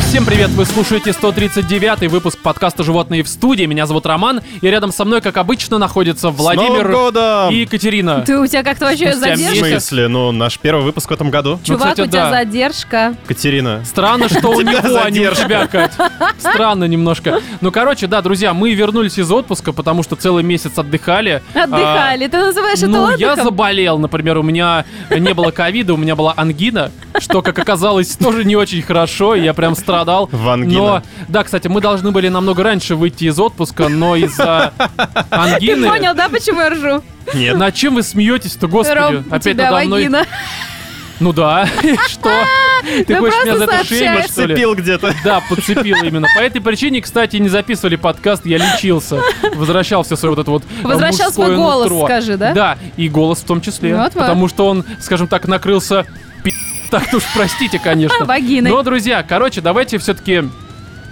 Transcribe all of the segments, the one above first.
Всем привет, вы слушаете 139-й выпуск подкаста «Животные в студии». Меня зовут Роман, и рядом со мной, как обычно, находятся Новым Владимир годом! и Екатерина. Ты у тебя как-то вообще Спустя В месяц. задержка? смысле? Ну, наш первый выпуск в этом году. Ну, Чувак, кстати, у тебя да. задержка. Катерина. Странно, что у Тебя него, а не у задержка. тебя, Кать. Странно немножко. Ну, короче, да, друзья, мы вернулись из отпуска, потому что целый месяц отдыхали. А, Отдыхали. Ты называешь это Ну, я отдыхом? заболел, например, у меня не было ковида, у меня была ангина, что, как оказалось, тоже не очень хорошо, и я прям страдал. В ангина. Но, да, кстати, мы должны были намного раньше выйти из отпуска, но из-за Ты ангины... понял, да, почему я ржу? Нет. На чем вы смеетесь-то, господи? Ром, у тебя вагина. Ну да, и что? Ты Ну, хочешь просто меня за эту шею, сообщаешь. что ли? Подцепил где-то. Да, подцепил именно. По этой причине, кстати, не записывали подкаст, я лечился. Возвращал все свое вот это вот э, Возвращал мужское свой голос, нутро. скажи, да? Да, и голос в том числе. Вот, вот. потому что он, скажем так, накрылся пи***. так уж простите, конечно. Вагиной. Но, друзья, короче, давайте все-таки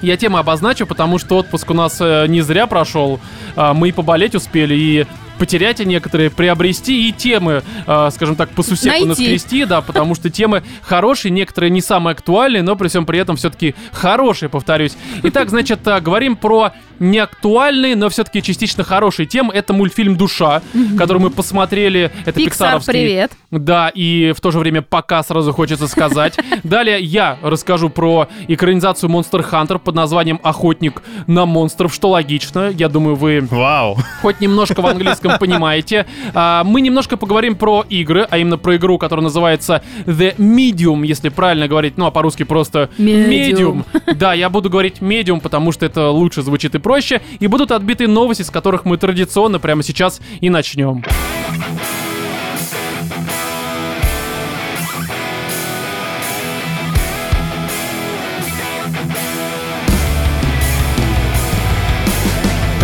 я тему обозначу, потому что отпуск у нас э, не зря прошел. А, мы и поболеть успели, и потерять и некоторые, приобрести и темы, э, скажем так, по сусеку Найти. наскрести, да, потому что темы хорошие, некоторые не самые актуальные, но при всем при этом все-таки хорошие, повторюсь. Итак, значит, э, говорим про неактуальные, но все-таки частично хорошие темы. Это мультфильм «Душа», который мы посмотрели. Это Пиксар, пиксаровский привет. да, и в то же время пока сразу хочется сказать. Далее я расскажу про экранизацию Monster Hunter под названием «Охотник на монстров», что логично. Я думаю, вы Вау. хоть немножко в английском понимаете. А, Мы немножко поговорим про игры, а именно про игру, которая называется The Medium, если правильно говорить, ну а по-русски просто Medium. Medium. Да, я буду говорить Medium, потому что это лучше звучит и проще. И будут отбиты новости, с которых мы традиционно прямо сейчас и начнем.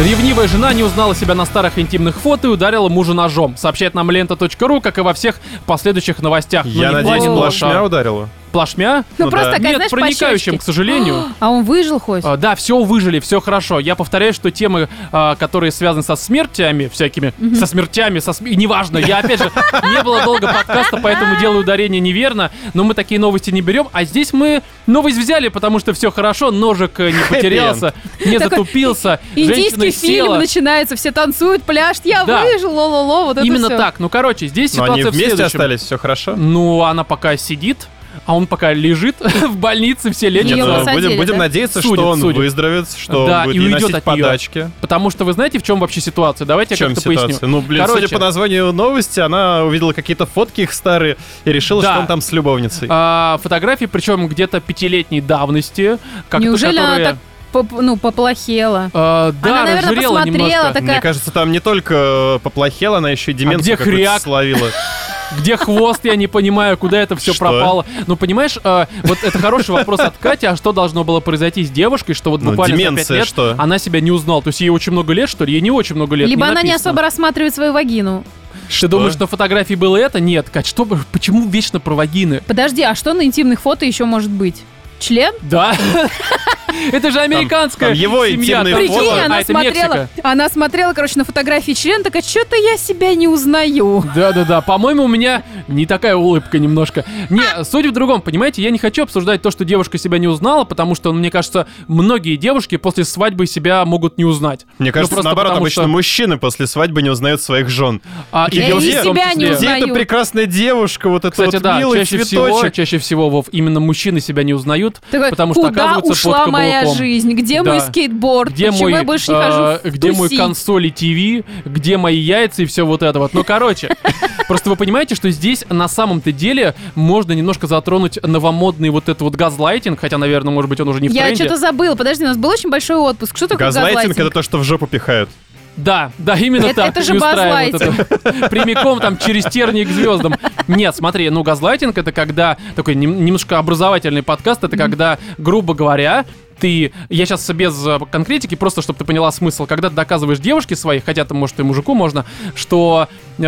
Ревнивая жена не узнала себя на старых интимных фото и ударила мужа ножом. Сообщает нам лента.ру, как и во всех последующих новостях. не Я в надеюсь, плане Вау. нож, а плашмя ударила. Плашмя? Ну, Ну просто да. такая, Нет, знаешь, по проникающим, к щечке. сожалению. А он выжил хоть? А, Да, все выжили, все хорошо. Я повторяю, что темы, а, которые связаны со смертями всякими, со смертями, со см- и неважно, я опять же, не было долго подкаста, поэтому делаю ударение неверно, но мы такие новости не берем, а здесь мы новость взяли, потому что все хорошо, ножик э, не потерялся, не Такой затупился, женщина Индийский фильм села. начинается, все танцуют, пляшут, я Да. выжил, ло-ло-ло, вот это Именно всё. так. Ну, короче, здесь Но они ситуация в вместе следующем. остались, все хорошо? Ну, она пока сидит, а он пока лежит в больнице, все Её лечатся. ну, посадили, будем, будем да? надеяться, Судят, что он судят. выздоровеет, что Да, он будет и ей уйдет носить от неё. подачки. Потому что вы знаете, в чем вообще ситуация? Давайте В чем я как-то ситуация? поясню. Ну, блин, Короче, судя по названию новости, она увидела какие-то фотки их старые и решила, Да. что он там с любовницей. а, фотографии, причем где-то пятилетней давности. Как Неужели она которые, так поп- ну, поплохела? э, да, Она, наверное, разжирела посмотрела, немножко. такая- Мне кажется, там не только поплохело, она еще и деменцию А где хряк? какую-то словила. Где хвост, я не понимаю, куда это все Что? пропало. Ну, понимаешь, э, вот это хороший вопрос от Кати, а что должно было произойти с девушкой, что вот Ну, буквально за пять деменция, лет что? она себя не узнала. То есть ей очень много лет, что ли? Ей не очень много лет. Либо она не написано. особо рассматривает свою вагину. Ты думаешь, на фотографии было это? Нет, Кать, что, бы- почему вечно про вагины? Подожди, а что на интимных фото еще может быть? Член? Да. Это же американская там его семья. интимные там фото. Прикинь, было- она а, это смотрела, Мексика. она смотрела, короче, на фотографии член, такая, что-то я себя не узнаю. Да-да-да, по-моему, у меня не такая улыбка немножко. А. Не, суть в другом, понимаете, я не хочу обсуждать то, что девушка себя не узнала, потому что, ну, мне кажется, многие девушки после свадьбы себя могут не узнать. Мне Ну, кажется, просто наоборот, потому обычно что- мужчины после свадьбы не узнают своих жен. А, и Я и девушки в том себя числе. не Где узнают. эта прекрасная девушка, вот этот Кстати, вот да, милый чаще всего, цветочек? чаще всего, Вов, именно мужчины себя не узнают, Такой, потому что куда оказываются под ушла каблуком. моя жизнь? Где Да. мой скейтборд? Где Почему мой, я больше не э, хожу в где мой тусить? консоль и ТВ, где мои яйца и все вот это вот. Ну, короче, просто вы понимаете, что здесь на самом-то деле можно немножко затронуть новомодный вот этот вот газлайтинг, хотя, наверное, может быть, он уже не в Я тренде. что-то забыла. Подожди, у нас был очень большой отпуск. Что такое Газлайтинг — газлайтинг? это то, что в жопу пихают. Да, да, именно Это- так. это и же устраивает это. Прямиком там через тернии к звездам. Нет, смотри, ну газлайтинг это когда такой нем- немножко образовательный подкаст, это когда, грубо говоря, ты, я сейчас без э, конкретики, просто чтобы ты поняла смысл, когда ты доказываешь девушке своей, хотя ты, может, и мужику можно, что э,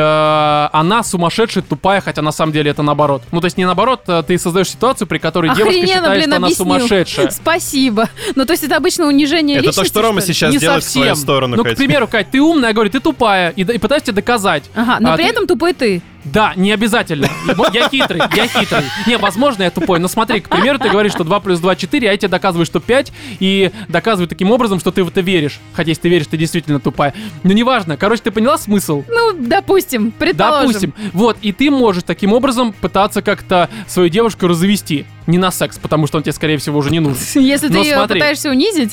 она сумасшедшая, тупая, хотя на самом деле это наоборот. Ну, то есть не наоборот, э, ты создаешь ситуацию, при которой девушка Охрененно, считает, блин, что она объяснил. сумасшедшая. Спасибо. Ну, то есть это обычно унижение Это то, личности, что Рома ли? сейчас не делает в свою совсем. сторону, ну, Кать. к примеру, Кать, ты умная, я говорю, ты тупая, и, д- и пытаюсь тебе доказать. Ага, но А при ты- этом тупой ты. Да, не обязательно. Либо- Я хитрый, я хитрый. Не, возможно, я тупой, но смотри, к примеру, ты говоришь, что 2 плюс 2 — 4, а я тебе доказываю, что 5, и доказываю таким образом, что ты в это веришь. Хотя, если ты веришь, ты действительно тупая. Но неважно. Короче, ты поняла смысл? Ну, допустим, предположим. Допустим. Вот, и ты можешь таким образом пытаться как-то свою девушку развести. Не на секс, потому что он тебе, скорее всего, уже не нужен. Если ты Но ее смотри. пытаешься унизить,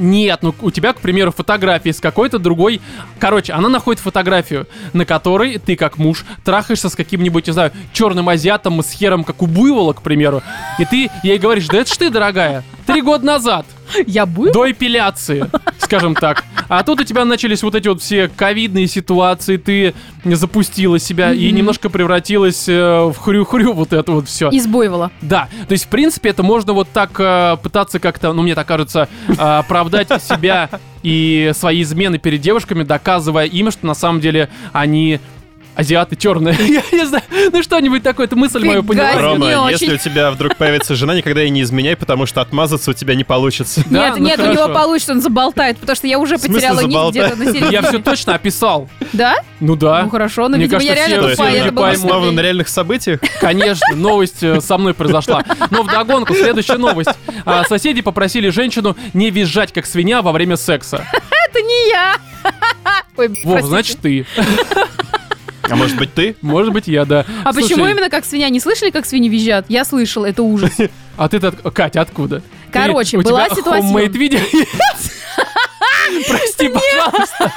Нет, ну у тебя, к примеру, фотографии с какой-то другой... Короче, она находит фотографию, на которой ты, как муж, трахаешься с каким-нибудь, не знаю, черным азиатом с хером, как у буйвола, к примеру. И ты ей говоришь, да это ж ты, дорогая, три года назад, я был. до эпиляции, скажем так. А тут у тебя начались вот эти вот все ковидные ситуации, ты запустила себя и немножко превратилась э, в хрю-хрю вот это вот все. Избоивала. Да, то есть, в принципе, это можно вот так э, пытаться как-то, ну, мне так кажется, э, оправдать себя и свои измены перед девушками, доказывая им, что на самом деле они азиаты черные. Я не знаю, ну что-нибудь такое, это мысль мою Фига поняла. себе. Ром. не Рома, очень. если у тебя вдруг появится жена, никогда ей не изменяй, потому что отмазаться у тебя не получится. Да, нет, ну нет, у хорошо. него получится, он заболтает, потому что я уже В смысле потеряла нить заболтает? где-то на середине. Я все точно описал. Да? Ну да. Ну хорошо, но Мне видимо, я кажется, реально все тупая, люди это было поймут. Основано на выступление. реальных событиях. Конечно, новость э, со мной произошла. Но вдогонку, следующая новость. А, Соседи попросили женщину не визжать, как свинья, во время секса. Это не я. Ой, Вов, простите. значит, ты. А может быть ты? Может быть, я, да. А Слушай, почему именно как свинья? Не слышали, как свиньи визжат? Я слышал, это ужас. А ты-то, от- Катя, откуда? Ты- Короче, у была тебя ситуация- homemade видео есть? Прости, пожалуйста.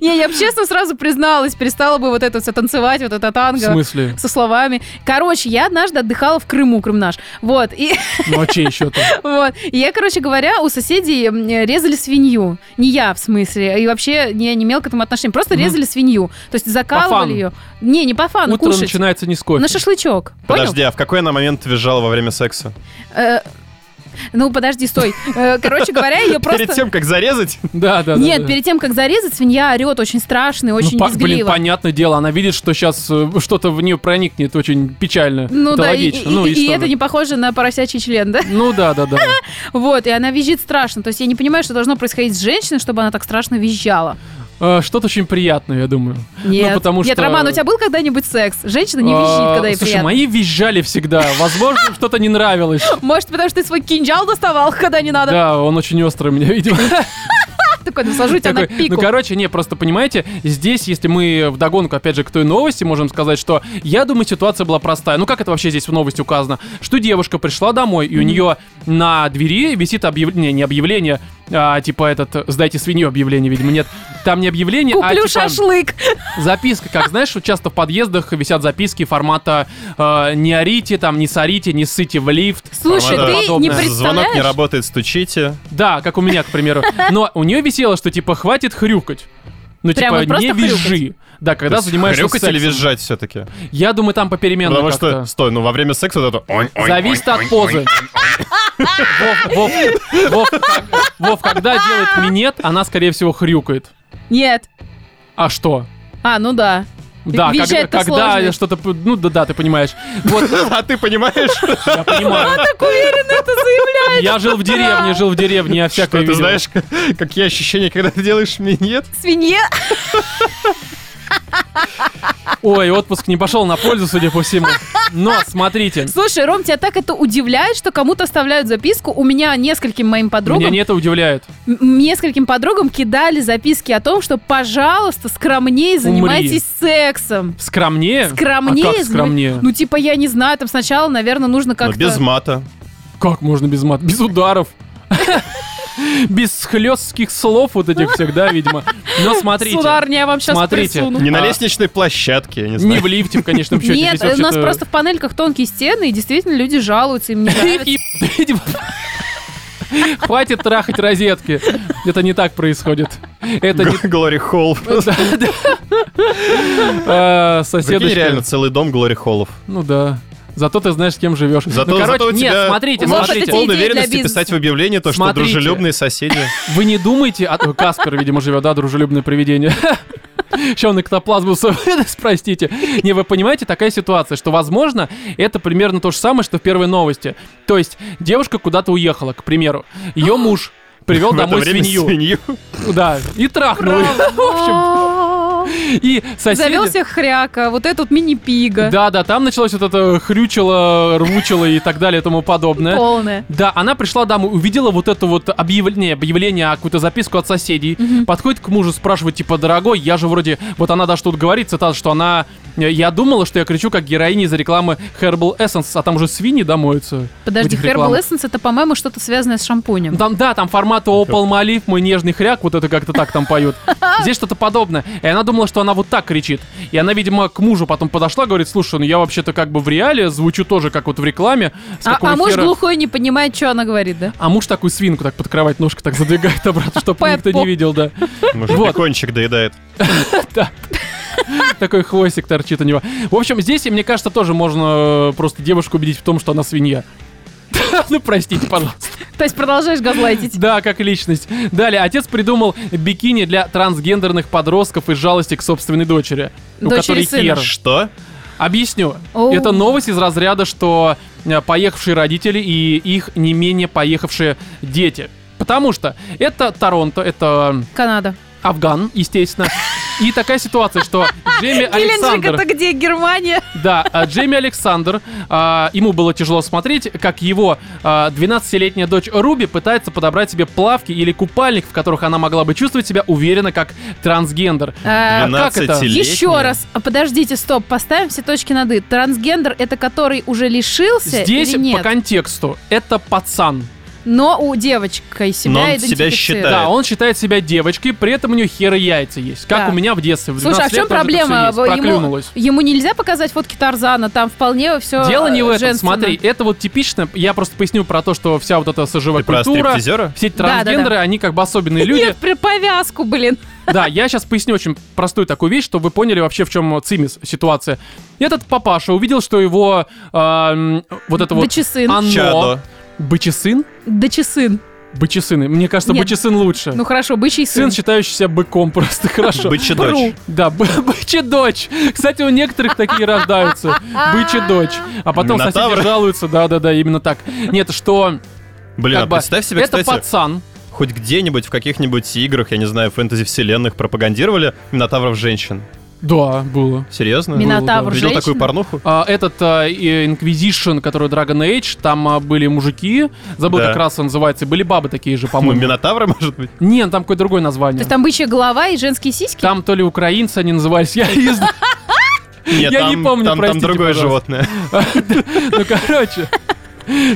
Не, я бы честно сразу призналась, перестала бы вот это все танцевать, вот это В танго. смысле? Со словами. Короче, я однажды отдыхала в Крыму, Крым наш. Вот, и, Ну а чей еще то вот. И я, короче говоря, у соседей м, резали свинью. Не я, в смысле. И вообще не, не имел к этому отношения. Просто Мгм. резали свинью. То есть фану. закалывали ее. Не, не по фану, Утро кушать. начинается не с кофе. На шашлычок. Понял? Подожди, а в какой она момент визжала во время секса? Э, Ну, подожди, стой. Э, Короче говоря, ее Перед просто... тем, как зарезать? Да, да, да. Нет, да. перед тем, как зарезать, свинья орет очень страшно и очень ну, по- блин, визгливо. понятное дело, она видит, что сейчас что-то в нее проникнет очень печально. Ну это да, и, логично. и- ну, и что это же? не похоже на поросячий член, да? Ну да, да, да. Вот, и она визжит страшно. То есть я не понимаю, что должно происходить с женщиной, чтобы она так страшно визжала. Э, Что-то очень приятное, я думаю. Нет, Ну, потому Нет, что- Роман, у тебя был когда-нибудь секс? Женщина не А, визжит, когда ей Слушай, приятно. мои визжали всегда. Возможно, им что-то не нравилось. Может, потому что ты свой кинжал доставал, когда не надо? Да, он очень острый у меня, видимо. Такой, ну сложу тебя на Такой, Ну, пику. короче, не, просто понимаете, здесь, если мы вдогонку, опять же, к той новости, можем сказать, что я думаю, ситуация была простая. Ну, как это вообще здесь в новости указано? Что девушка пришла домой, и у нее на двери висит объявление, не объявление, а, типа этот, сдайте свинью объявление, видимо, нет. Там не объявление, а Куплю типа, шашлык. записка, как знаешь, вот часто в подъездах висят записки формата э, «Не орите, там, не сорите, не ссыте в лифт». Слушай, Роман, ты не подобное. Звонок не представляешь? работает, стучите. Да, как у меня, к примеру. Но у нее висело, что типа хватит хрюкать. Ну, Прям вот типа, не просто визжи. Да, когда То есть занимаешься Хрюкать или сексом. визжать все-таки? Я думаю, там попеременно Потому как-то. что, стой, ну во время секса вот это... «Ой, ой, Зависит ой, от ой, позы. ой». Вов, Вов, Вов, как- Вов, когда делает минет, она, скорее всего, хрюкает. Нет. А что? А, ну да. Да, когда, Визжать-то когда сложно. что-то... п- Ну, да, да, ты понимаешь. Вот, А ты понимаешь, я понимаю. Так уверенно это заявляю. Я жил в деревне, жил в деревне, я что всякое ты видел. знаешь, как- какие ощущения, когда ты делаешь минет? Ну, Свинье. Ой, отпуск не пошел на пользу, судя по всему. Но, смотрите, Слушай, Ром, тебя так это удивляет, что кому-то оставляют записку. У меня нескольким моим меня подругам, не это удивляет. м, нескольким подругам кидали записки о том, что, пожалуйста, скромнее занимайтесь сексом. Скромнее? Скромнее, А как заним- скромнее? Ну, типа, я не знаю, там сначала, наверное, нужно Ну, как-то... без мата. Как можно без мат? Без ударов. Без хлестких слов вот этих всех, да, видимо. Но смотрите. Сударня, я вам сейчас Смотрите. присуну. Не на А. лестничной площадке, я не Не знаю. в лифте, в конечном счете. Нет, здесь у нас вообще-то- просто в панельках тонкие стены, и действительно люди жалуются, им не нравится. Видимо, Хватит трахать розетки. Это не так происходит. Это не... Глори Холл. Да, да. А, Прикинь, Соседочка. реально целый дом Глори Холлов. Ну да. Зато ты знаешь, с кем живешь. Зато- ну, короче, зато у нет, тебя- смотрите, У вас смотрите. эти- Полной идеи для уверенности бизнеса. писать в объявлении то, что Смотрите. дружелюбные соседи. Вы не думаете... о- о, Каспер, видимо, живет, да, дружелюбное привидение. Еще он эктоплазму свою выдаст, простите. Не, вы понимаете, такая ситуация, что, возможно, это примерно то же самое, что в первой новости. То есть, девушка куда-то уехала, к примеру. Ее муж привел В это домой время свинью. свинью. Да, и трахнул. её. В общем, И соседи... Завел всех хряка, вот этот мини-пига. Да, да, там началось вот это хрючело, рвучело и так далее и тому подобное. Полная. Да, она пришла домой, увидела вот это вот объявление, объявление, а какую-то записку от соседей. Подходит к мужу, спрашивает, типа, дорогой, я же вроде... Вот она даже тут говорит, цитата, что она... э, Я думала, что я кричу, как героиня из рекламы Herbal Essence, а там же свиньи домоются. Подожди, в этих рекламах. Herbal Essence это, по-моему, что-то связанное с шампунем. Там, да, там формат О, Малиф, мой нежный хряк, вот это как-то так там поют. Здесь что-то подобное. И она думала, что она вот так кричит. И она, видимо, к мужу потом подошла, говорит, слушай, ну я вообще-то как бы в реале звучу тоже, как вот в рекламе. С А, какого а муж хера?» глухой не понимает, что она говорит, да? А муж такую свинку так под кровать ножка так задвигает обратно, чтобы никто не Пеппу. видел, да. Может, Вот. бекончик доедает. Такой хвостик торчит у него. В общем, здесь, мне кажется, тоже можно э, просто девушку убедить в том, что она свинья. Ну, простите, пожалуйста. То есть продолжаешь газлайтить. Да, как личность. Далее, отец придумал бикини для трансгендерных подростков из жалости к собственной дочери. У Дочери которой сына. хер. Что? Объясню. Оу. Это новость из разряда, что э, поехавшие родители и их не менее поехавшие дети. Потому что это Торонто, это Канада. Афган, естественно. И такая ситуация, что Джейми Геленджик это Александр, где? Германия? да, а, Джейми Александр, а, ему было тяжело смотреть, как его а, 12-летняя дочь Руби пытается подобрать себе плавки или купальник, в которых она могла бы чувствовать себя уверенно как трансгендер. А, как это? 12 Еще раз, а, подождите, стоп, поставим все точки над «и». Трансгендер это который уже лишился Здесь или нет? по контексту это пацан. Но у девочкой себя Но он себя идентифицирует. считает. Да, он считает себя девочкой, при этом у него хер и яйца есть. Как Да. у меня в детстве. В 12 Слушай, а в чем лет тоже это всё проблема? есть, Ему, проклюнулось. ему нельзя показать фотки Тарзана, там вполне все Дело не в этом, смотри, это вот типично, я просто поясню про то, что вся вот эта сажевая Ты про культура, стриптизера? все эти Да, да, да. трансгендеры, они как бы особенные люди. Нет, при повязку, блин. Да, я сейчас поясню очень простую такую вещь, чтобы вы поняли вообще, в чем цимис ситуация. Этот папаша увидел, что его эм, вот это вот Дочесын. оно... Чадо. Бычесын? Дочесын. Бычесыны. Мне кажется, Нет. бычесын лучше. Ну хорошо, бычий Сын, сын. считающий себя быком просто хорошо. Бычья Бру. дочь. Да, бы- бычья дочь. Кстати, у некоторых такие рождаются. Бычья дочь. А потом соседи Минотавры? жалуются. Да-да-да, именно так. Нет, что Блин, как а бы представь себе, это кстати, пацан. хоть где-нибудь в каких-нибудь играх, я не знаю, фэнтези-вселенных пропагандировали минотавров женщин. Да, было. Серьезно? Минотавр Видел женщина. такую порнуху? А, этот а, и Inquisition, который Dragon Age, там а, были мужики, забыл, Да. как раз он называется, были бабы такие же, По-моему, по-моему. минотавры, может быть? Не, ну, там какое другое То название. есть там бычья голова и женские сиськи? Там то ли украинцы они назывались, я не знаю. Нет, Я не там- помню, там- Там простите, другое пожалуйста. животное. Ну, короче.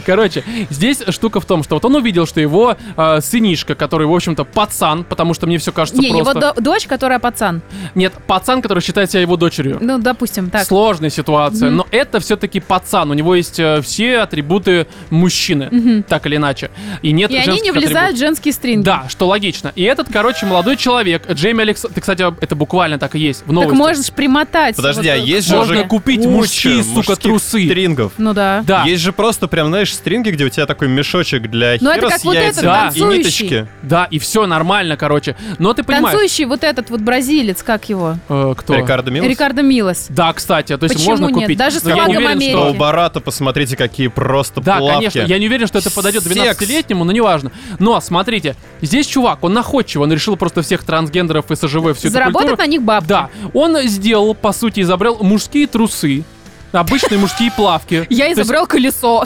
Короче, здесь штука в том, что вот он увидел, что его э, сынишка, который, в общем-то, пацан, потому что мне все кажется Не, просто... его до- дочь, которая пацан. Нет, пацан, который считает себя его дочерью. Ну, допустим, так. Сложная ситуация, но это все-таки пацан. У него есть э, все атрибуты мужчины, так или иначе. И нет И они не женских влезают атрибутов. в женские стринги. Да, что логично. И этот, короче, молодой человек, Джейми Алекс... Ты, кстати, это буквально так и есть в Так новости. можешь примотать. Подожди, вот а к есть же Можно уже попе. купить куча мужские, сука, мужских трусы. стрингов. Ну да. Да. Есть же просто прям, знаешь, стринги, где у тебя такой мешочек для Ну, это хера как с вот этот яйцами и танцующий. ниточки. Да, и все нормально, короче. Но ты понимаешь, Танцующий вот этот вот бразилец, как его? э, кто? Рикардо Милос. Рикардо Милос. Да, кстати, то есть Почему можно нет? купить. Даже с Но я флагом уверен, Америки. Что что- у Барата, посмотрите, какие просто Да, плавки. конечно, я не уверен, что это подойдет Секс. 12-летнему, но неважно. Но, смотрите, здесь чувак, он находчивый, он решил просто всех трансгендеров и СЖВ всю эту Заработать культуру. на них бабки. Да, он сделал, по сути, изобрел мужские трусы, обычные мужские плавки. Я То есть, изобрел колесо.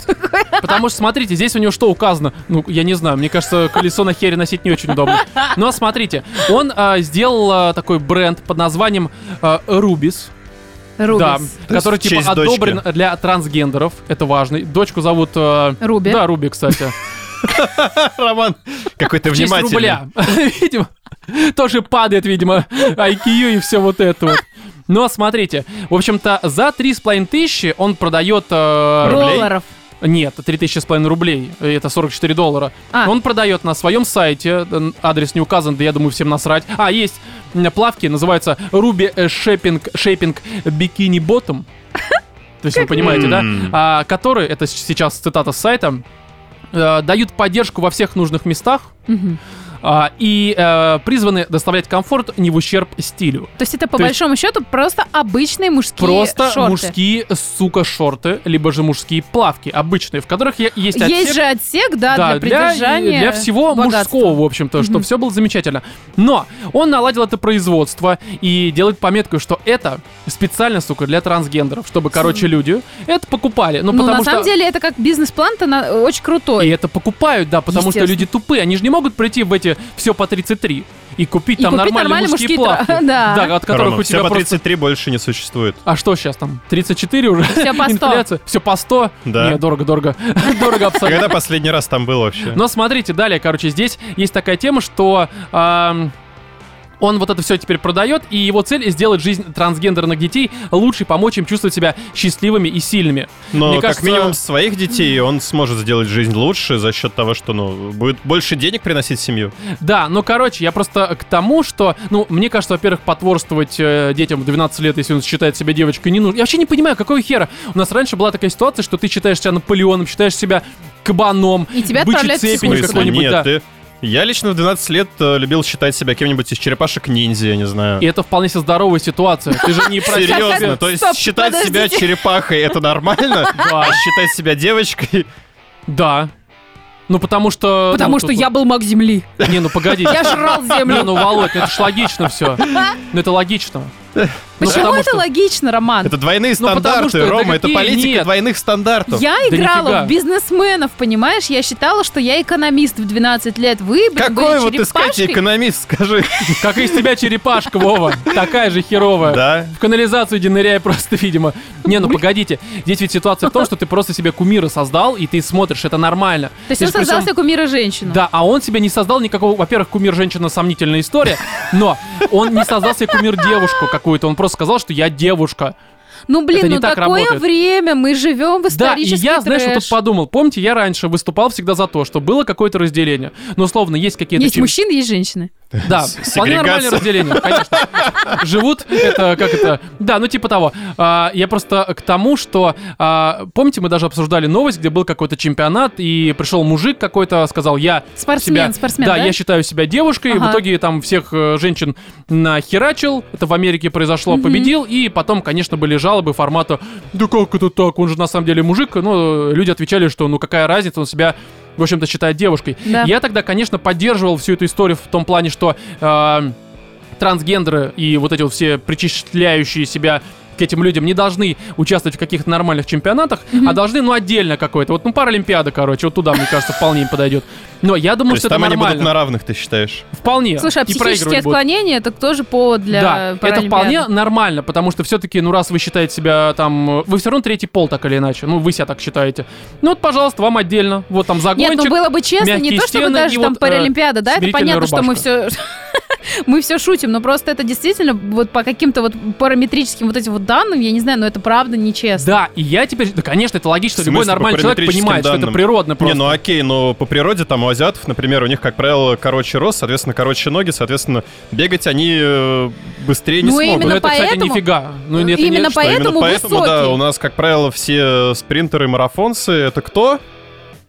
Потому что, смотрите, здесь у него что указано? Ну, я не знаю, мне кажется, колесо на хере носить не очень удобно. Но смотрите, он а, сделал а, такой бренд под названием а, Рубис. Да, Рубис. То есть который в типа честь одобрен дочки. для трансгендеров. Это важно. Дочку зовут... э, Руби. Да, Руби, кстати. Роман, какой ты В честь внимательный. рубля. Видимо. Тоже падает, видимо, IQ и все вот это вот. Но смотрите, в общем-то, за 3,5 тысячи он продает... э, Ру- рублей? Долларов. Нет, 3 тысячи с половиной рублей, э, это 44 доллара. А. Он продает на своем сайте, э, адрес не указан, да я думаю, всем насрать. А, есть м, плавки, называются Ruby Shaping, Shaping Bikini Bottom. То есть вы понимаете, да? М. А, Которые, это с- сейчас цитата с сайта, э, дают поддержку во всех нужных местах, Мгм. а, и э, призваны доставлять комфорт не в ущерб стилю. То есть это по То есть- большому счету просто обычные мужские Просто шорты. мужские, сука, шорты, либо же мужские плавки обычные, в которых е- есть Есть отсек. же отсек, да, Да, А для придержания для всего богатства. мужского, в общем-то, что все было замечательно. Но он наладил это производство и делает пометку, что это специально, сука, для трансгендеров, чтобы, короче, люди это покупали. Ну, Ну, потому на что... самом деле, это как бизнес-план-то на- э, очень крутой. И это покупают, да, потому что Естественно. люди тупые. Они же не могут прийти в эти все по 33 и купить И там купить нормальные нормальные мужские, мужские тра- плавки. да. от которых Рома, у все тебя по просто... 33 больше не существует. А что сейчас там? 34 уже? Всё по 100. Инфляция. Все по 100? Да. Не, дорого-дорого. Дорого абсолютно. Когда последний раз там был вообще? Но смотрите, далее, короче, здесь есть такая тема, что ам, он вот это все теперь продает, и его цель сделать жизнь трансгендерных детей лучше, помочь им чувствовать себя счастливыми и сильными. Но мне как кажется- минимум своих детей он сможет сделать жизнь лучше за счет того, что ну будет больше денег приносить в семью. Да, ну короче, я просто к тому, что, ну, мне кажется, во-первых, потворствовать э, детям в 12 лет, если он считает себя девочкой, не нужно. Я вообще не понимаю, какого хера. У нас раньше была такая ситуация, что ты считаешь себя Наполеоном, считаешь себя кабаном, И тебя бычьей отправляют в цепенью психушку. какой-нибудь, Ну, Нет, да. ты- Я лично в 12 лет э, любил считать себя кем-нибудь из черепашек ниндзя, я не знаю. И это вполне себе здоровая ситуация. Ты же не про Серьезно, то есть Стоп, считать себя подождите. черепахой это нормально, а считать себя девочкой Да. Ну потому что... Потому ну, что тут- я был маг земли. Не, ну погоди. Я жрал Не, землю. ну, Володь, ну это ж логично все. Ну это логично. Ну, Почему потому это что- логично, Роман? это двойные Ну, потому стандарты, что это Рома, это какие- политика нет. двойных стандартов. Я играла нифига. в бизнесменов, понимаешь? Я считала, что я экономист в 12 лет. Вы, блин, Какой были вот ты, Катя, черепашкой. экономист, скажи? Как из тебя черепашка, Вова. Такая же херовая. Да. В канализацию иди ныряй просто, видимо. Не, ну погодите. Здесь ведь ситуация в том, что ты просто себе кумира создал, и ты смотришь, это нормально. То есть он при создал всем- себе кумира женщину. Да, а он себе не создал никакого... Во-первых, кумир женщина сомнительная история, но он не создал себе кумир девушку какую-то. Он просто сказал, что я девушка. Ну, блин, Это не ну так такое работает. время, мы живем в Да, и исторический я, знаешь, вот трэш. тут подумал. Помните, я раньше выступал всегда за то, что было какое-то разделение. Ну, условно, есть какие-то... Есть семьи- мужчины, есть женщины. Да, С- вполне нормальное сегрегация. разделение, конечно. Живут, это как это... Да, ну типа того. А, я просто к тому, что... а, помните, мы даже обсуждали новость, где был какой-то чемпионат, и пришел мужик какой-то, сказал, я Спортсмен, себя- спортсмен, Да, да? я считаю себя девушкой. Ага. В итоге там всех э, женщин нахерачил. Это в Америке произошло, победил. И потом, конечно, были жалобы формата «Да как это так? Он же на самом деле мужик». Ну, люди отвечали, что ну какая разница, он себя... В общем-то, считает девушкой. Да. Я тогда, конечно, поддерживал всю эту историю в том плане, что э, трансгендеры и вот эти вот все причисляющие себя к этим людям не должны участвовать в каких-то нормальных чемпионатах, а должны, ну, отдельно какой-то. Вот, ну, Паралимпиада, короче, вот туда, мне кажется, вполне им подойдет. Но я То думаю, есть что это там они будут нормально. на равных, ты считаешь? Вполне. Слушай, а И психические проигрывать будут. отклонения это тоже повод для Да, это паралимпиады. вполне нормально, потому что все-таки, ну, раз вы считаете себя там... э, Вы все равно третий пол, так или иначе. Ну, вы себя так считаете. Ну, вот, пожалуйста, вам отдельно. Вот там загончик. Нет, ну было бы честно, не мягкие то чтобы стены даже и там вот, э, паралимпиада, да, это смирительная понятно, что мы все... Мы все шутим, но просто это действительно вот по каким-то вот параметрическим вот этим вот данным, я не знаю, но это правда нечестно. Да, и я теперь... Да, конечно, это логично. что В смысле, Любой по нормальный человек параметрическим понимает, что это данным? природно просто. Не, ну окей, но по природе там у азиатов, например, у них, как правило, короче рост, соответственно, короче ноги, соответственно, бегать они э, быстрее не Ну, смогут. Ну, именно это, кстати, поэтому- нифига. Ну, это не- что- Да, Именно поэтому именно поэтому, да, высокий. у нас, как правило, все э, спринтеры, марафонцы, это кто?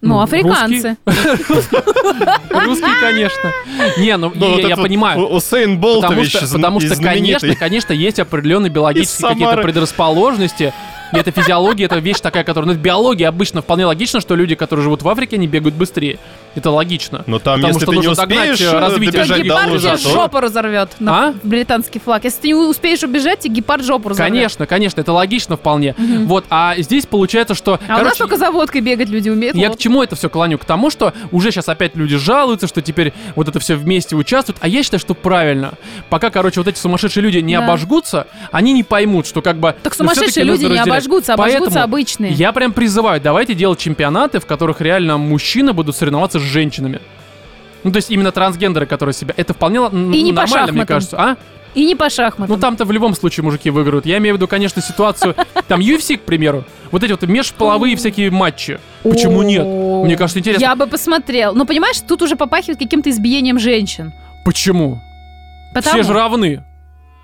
Ну, ну, африканцы. Русский, конечно. Не, ну, Ну, я- вот я этот вот понимаю. У- Усейн Потому Болтович, что, потому что конечно, конечно, есть определенные биологические какие-то Самары. предрасположенности. И это физиология, это вещь такая, которая... Ну, это биология обычно вполне логично, что люди, которые живут в Африке, они бегают быстрее. Это логично. Но там, потому если что ты не нужно догнать, успеешь э, э, развитие. Да, добежать бежать до гепард лужа, тебе лужа, то- жопу разорвет на А? британский флаг. Если ты не успеешь убежать, тебе гепард жопу разорвет. Конечно, конечно, это логично вполне. Вот, а здесь получается, что... А у нас короче, только за водкой бегать люди умеют. Я Вот. к чему это все клоню? К тому, что уже сейчас опять люди жалуются, что теперь вот это все вместе участвуют. А я считаю, что правильно. Пока, короче, вот эти сумасшедшие люди не Да. обожгутся, они не поймут, что как бы... Так ну, сумасшедшие всё-таки люди нужно не разделять. обожгутся, а обожгутся Поэтому обычные. Я прям призываю, давайте делать чемпионаты, в которых реально мужчины будут соревноваться с женщинами. Ну, то есть именно трансгендеры, которые себя... Это вполне л- н- И не по нормально, мне шахматам. кажется, а? И не по шахматам. Ну, там-то в любом случае мужики выиграют. Я имею в виду, конечно, ситуацию... Там UFC, к примеру. Вот эти вот межполовые всякие матчи. Почему нет? О, Мне кажется, интересно. Я бы посмотрел. Ну, понимаешь, тут уже попахивает каким-то избиением женщин. Почему? Потому... Все же равны.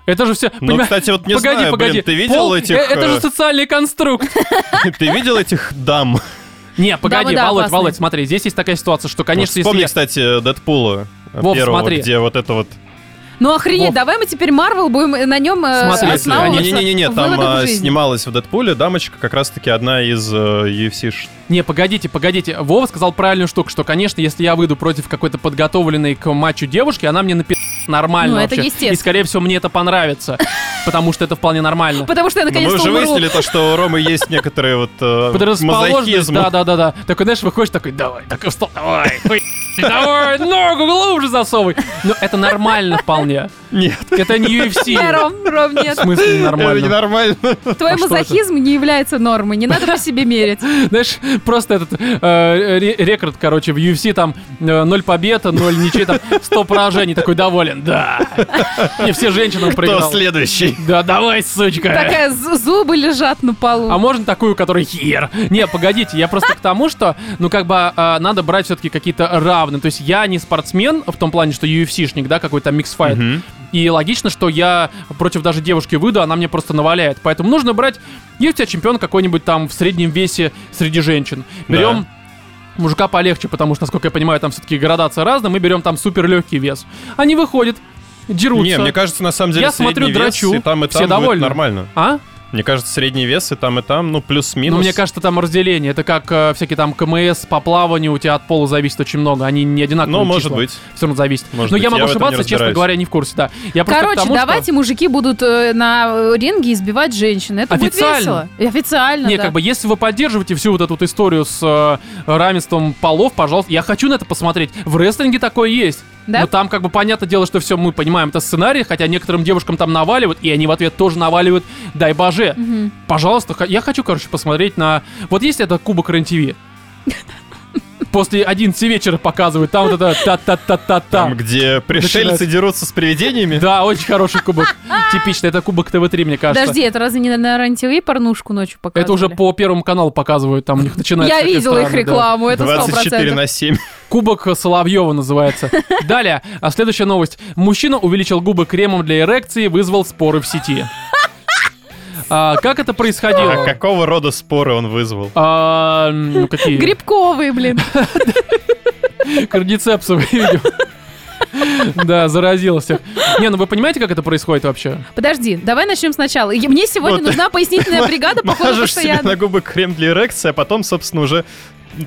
Это же все... Ну, понимаешь? кстати, вот не погоди, знаю, погоди. блин, ты видел Пол- этих... э, Это э, же социальный конструкт. Ты видел этих дам? Не, погоди, да, Володь, опасные. Володь, смотри, здесь есть такая ситуация, что, Вот конечно, Вспомни, если... кстати, Дэдпула. Вов, первого, смотри. где вот это вот... Ну охренеть, Вов. давай мы теперь Марвел будем на нем Смотри, основываться. Не-не-не, в там выводах а, жизни. снималась в Дэдпуле дамочка, как раз-таки одна из э, UFC. ш- Не, погодите, погодите. Вова сказал правильную штуку, что, конечно, если я выйду против какой-то подготовленной к матчу девушки, она мне напи***т нормально Ну, это вообще. естественно. И, скорее всего, мне это понравится, потому что это вполне нормально. Потому что я Но Мы наконец-то Ну, уже умру. выяснили то, что у Ромы есть некоторые вот э, Предрасположенность, мазохизм. да, да, да, да. Такой, знаешь, выходишь такой, давай, так и встал, давай, хуй, давай, ногу глубже засовывай. Но это нормально вполне. Нет, Это не Не, UFC. Ром, Ром, В нет. смысле не это Э, нормально? ненормально. Твой А что это? мазохизм не является нормой. Не надо по себе мерить. Знаешь, просто этот э, ре- рекорд, короче, в UFC там э, ноль побед, ноль ничей, там 100 поражений. Такой доволен, да. Не все женщинам Кто проиграл. следующий? Да давай, сучка. Такая з- зубы лежат на полу. А можно такую, которая хер? Не, погодите, я просто к тому, что, ну, как бы, э, надо брать все-таки какие-то равные. То есть я не спортсмен, в том плане, что UFC-шник, да, какой-то микс-файт. Мгм. И логично, что я против даже девушки выйду, она мне просто наваляет. Поэтому нужно брать, есть у тебя чемпион какой-нибудь там в среднем весе среди женщин. Берем мужика полегче, потому что, насколько я понимаю, там все-таки градация разная. Мы берем там супер легкий вес. Они выходят, дерутся. Не, мне кажется, на самом деле Я смотрю, средний вес, драчу, и там, и все там будет довольны. нормально. А? Мне кажется, средний вес и там, и там, ну, плюс-минус. Ну, мне кажется, там разделение. Это как э, всякие там КМС по плаванию, у тебя от пола зависит очень много. Они не одинаковые. Ну, может числа. быть. Все равно зависит. Может Но быть, я я могу в этом не ошибаться, честно разбираюсь. говоря, не в курсе, да. Я просто к Короче, тому, что- давайте мужики будут э, на э, ринге избивать женщин. Это Официально. будет весело. И Официально, Не, да. как бы, если вы поддерживаете всю вот эту вот историю с э, равенством полов, пожалуйста, я хочу на это посмотреть. В рестлинге такое есть. Да? Но там, как бы, понятное дело, что все мы понимаем, это сценарий, хотя некоторым девушкам там наваливают, и они в ответ тоже наваливают, дай боже. Мгм. Пожалуйста, х- я хочу, короче, посмотреть на... Вот есть это Кубок РЕН-ТВ? После 11 вечера показывают, там вот это та-та-та-та-та. Там, где пришельцы Начинается. дерутся с привидениями. Да, очень хороший кубок. Типично, это Кубок ТВ-3, мне кажется. Подожди, это разве не на- на рен порнушку ночью показывали? Это уже по Первому каналу показывают, там у них начинается... Я видела их рекламу, это 24 100%. на 7. Кубок Соловьева называется. Далее, а следующая новость. Мужчина увеличил губы кремом для эрекции, вызвал споры в сети. А, как это А происходило? какого рода споры он вызвал? А, ну какие? Грибковые, блин. Кордицепсовые видео. Да, заразил всех. Не, ну вы понимаете, как это происходит вообще? Подожди, давай начнем сначала. И Мне сегодня Вот. нужна пояснительная бригада, походу, потому Мажешь что себе я... на губы крем для эрекции, а потом, собственно, уже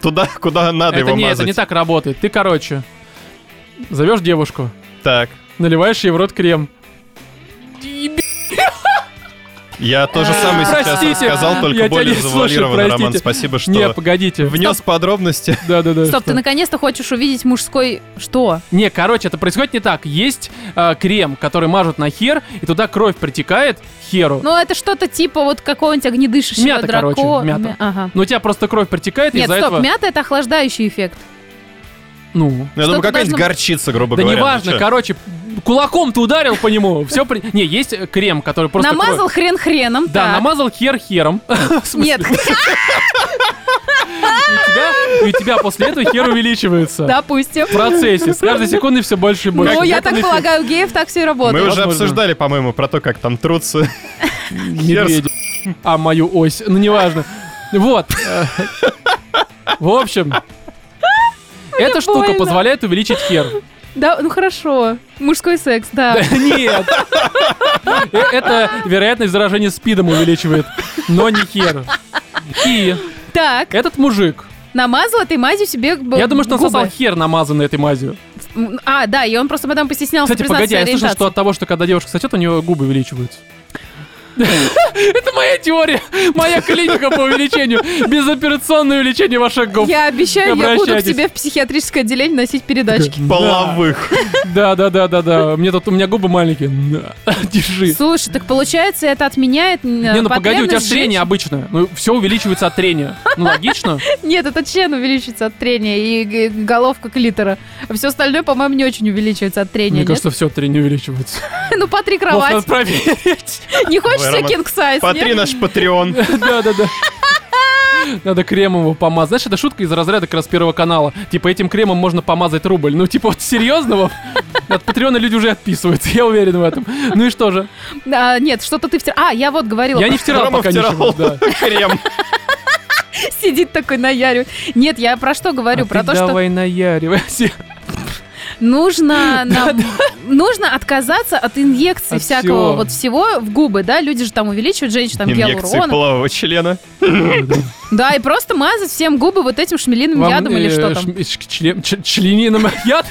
туда, куда надо Это его не, это мазать. не так работает. Ты, короче, зовешь девушку, Так, наливаешь ей в рот крем. я то же А, самое Э, простите, сейчас сказал, я только тебя не более слушаю, завуалированно, простите. Роман. Спасибо, Не, что погодите. внес подробности. Да-да-да. Стоп, что? ты наконец-то хочешь увидеть мужской... Что? Не, короче, это происходит не так. Есть э, крем, который мажут на хер, и туда кровь притекает херу. Ну, это что-то типа вот какого-нибудь огнедышащего Мята, драко- короче, мята. Мя- Ага. Но у тебя просто кровь притекает, и Нет, из-за стоп, этого... мята это охлаждающий эффект. Ну... Я думаю, Что-то какая-нибудь должно- горчица, грубо Да говоря. ну неважно, чё? короче, кулаком ты ударил по нему, все... При... Не, есть э, крем, который просто... кровь- Намазал хрен хреном. Да, так. намазал хер хером. В смысле, Нет, и у тебя- и у тебя после этого хер увеличивается. допустим. В процессе. С каждой секундой все больше и больше. Ну, я это так нафиг? полагаю, у геев так все и Мы работает. уже возможно. обсуждали, по-моему, про то, как там трутся. медведи. А мою ось. Ну, неважно. Вот. Э, В общем... Эта штука больно. позволяет увеличить хер. Да, ну хорошо. Мужской секс, да. Да Нет. Э, Это вероятность заражения спидом увеличивает, но не хер. И Так, этот мужик, намазала ты мазью себе б- я думаю, что он губы. сосал хер намазанный этой мазью. М, А, да, и он просто потом постеснялся Кстати, погоди, признаться а я слышал, ориентации. что от того, что когда девушка сосет, у нее губы увеличиваются. Это моя теория, моя клиника по увеличению, безоперационное увеличение ваших губ. Я обещаю, я буду к Обращайтесь. тебе в психиатрическое отделение носить передачки. Половых. Да, да, да, да, да. Мне тут у меня губы маленькие. На, Держи. Слушай, так получается, это отменяет Не, ну погоди, у тебя потребность трение обычное. Ну, все увеличивается от трения. Ну, логично. женщин- Нет, это член увеличивается от трения и г- головка клитора. Все остальное, по-моему, не очень увеличивается от трения, Мне нет? кажется, все от трения увеличивается. Ну, по три Вот надо кровати. проверить. Не хочешь Ой, себе Роман, кинг сайз, Смотри наш Патреон. Да, да, да. Надо кремом его помазать. Знаешь, это шутка из разряда как раз Первого канала. Типа, этим кремом можно помазать рубль. Ну, типа, вот серьезного от Патреона люди уже отписываются, я уверен в этом. Ну и что же? А, нет, что-то ты втирал. А, я вот говорила. Я не втирал Рома пока ничего. втирал да. крем. Сидит такой наяривает. Нет, я про что говорю? А про ты то, давай наяривайся. что... нужно, нам- нужно отказаться от инъекций От всякого всего. вот всего в губы, да, люди же там увеличивают, женщины там Инъекции гиалурон. полового члена. Да, и просто мазать всем губы вот этим шмелиным Вам, ядом или э, что ш- там. ч- член- ч- Члениным яд?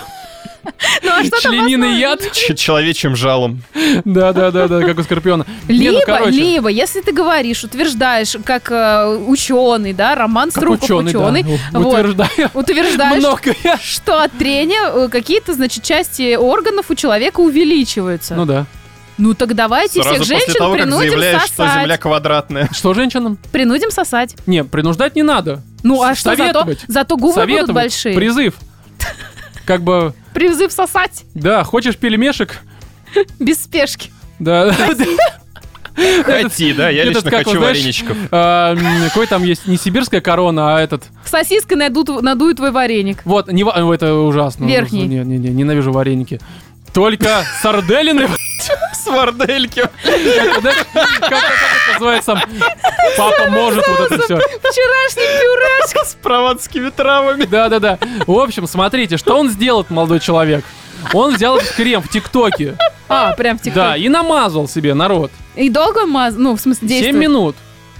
Ну, а что там в Члениный основе? яд? Ч- Человечьим жалом. Да-да-да, как у Скорпиона. Не, ну, Либо, короче. либо, если ты говоришь, утверждаешь, как э, ученый, да, Роман Как Струков, ученый, да, у- вот, утверждаю. Ну утверждаешь, Многое. что от трения э, какие-то, значит, части органов у человека увеличиваются. Ну Ну, да. так давайте Сразу всех женщин после того, как принудим заявляешь, что сосать. Земля квадратная. Что женщинам? Принудим сосать. Не, принуждать не надо. Ну, а что зато, Советовать. зато губы будут Советовать. большие. Призыв. Как бы, Призыв сосать да, хочешь пельмешек? без спешки. Да. Хоти, да, я Этот, лично как его, хочу знаешь, вареничков. А, м, Какой там есть? Не сибирская корона, а этот. Сосиской найдут, надую твой вареник. Вот, не ва- ой, это ужасно. Верхний. Не, не, не, ненавижу вареники. Только сарделины, С вардельки. блядь, знаешь, как как это называется? Папа может вот это все. Вчерашний пюрешка. С прованскими травами. Да, да, да. В общем, смотрите, что он сделал, этот молодой человек. Он взял этот крем в ТикТоке. А, прям в Да, ТикТоке. и намазал себе народ. И долго маз... Ну, в смысле, 7 действует? минут.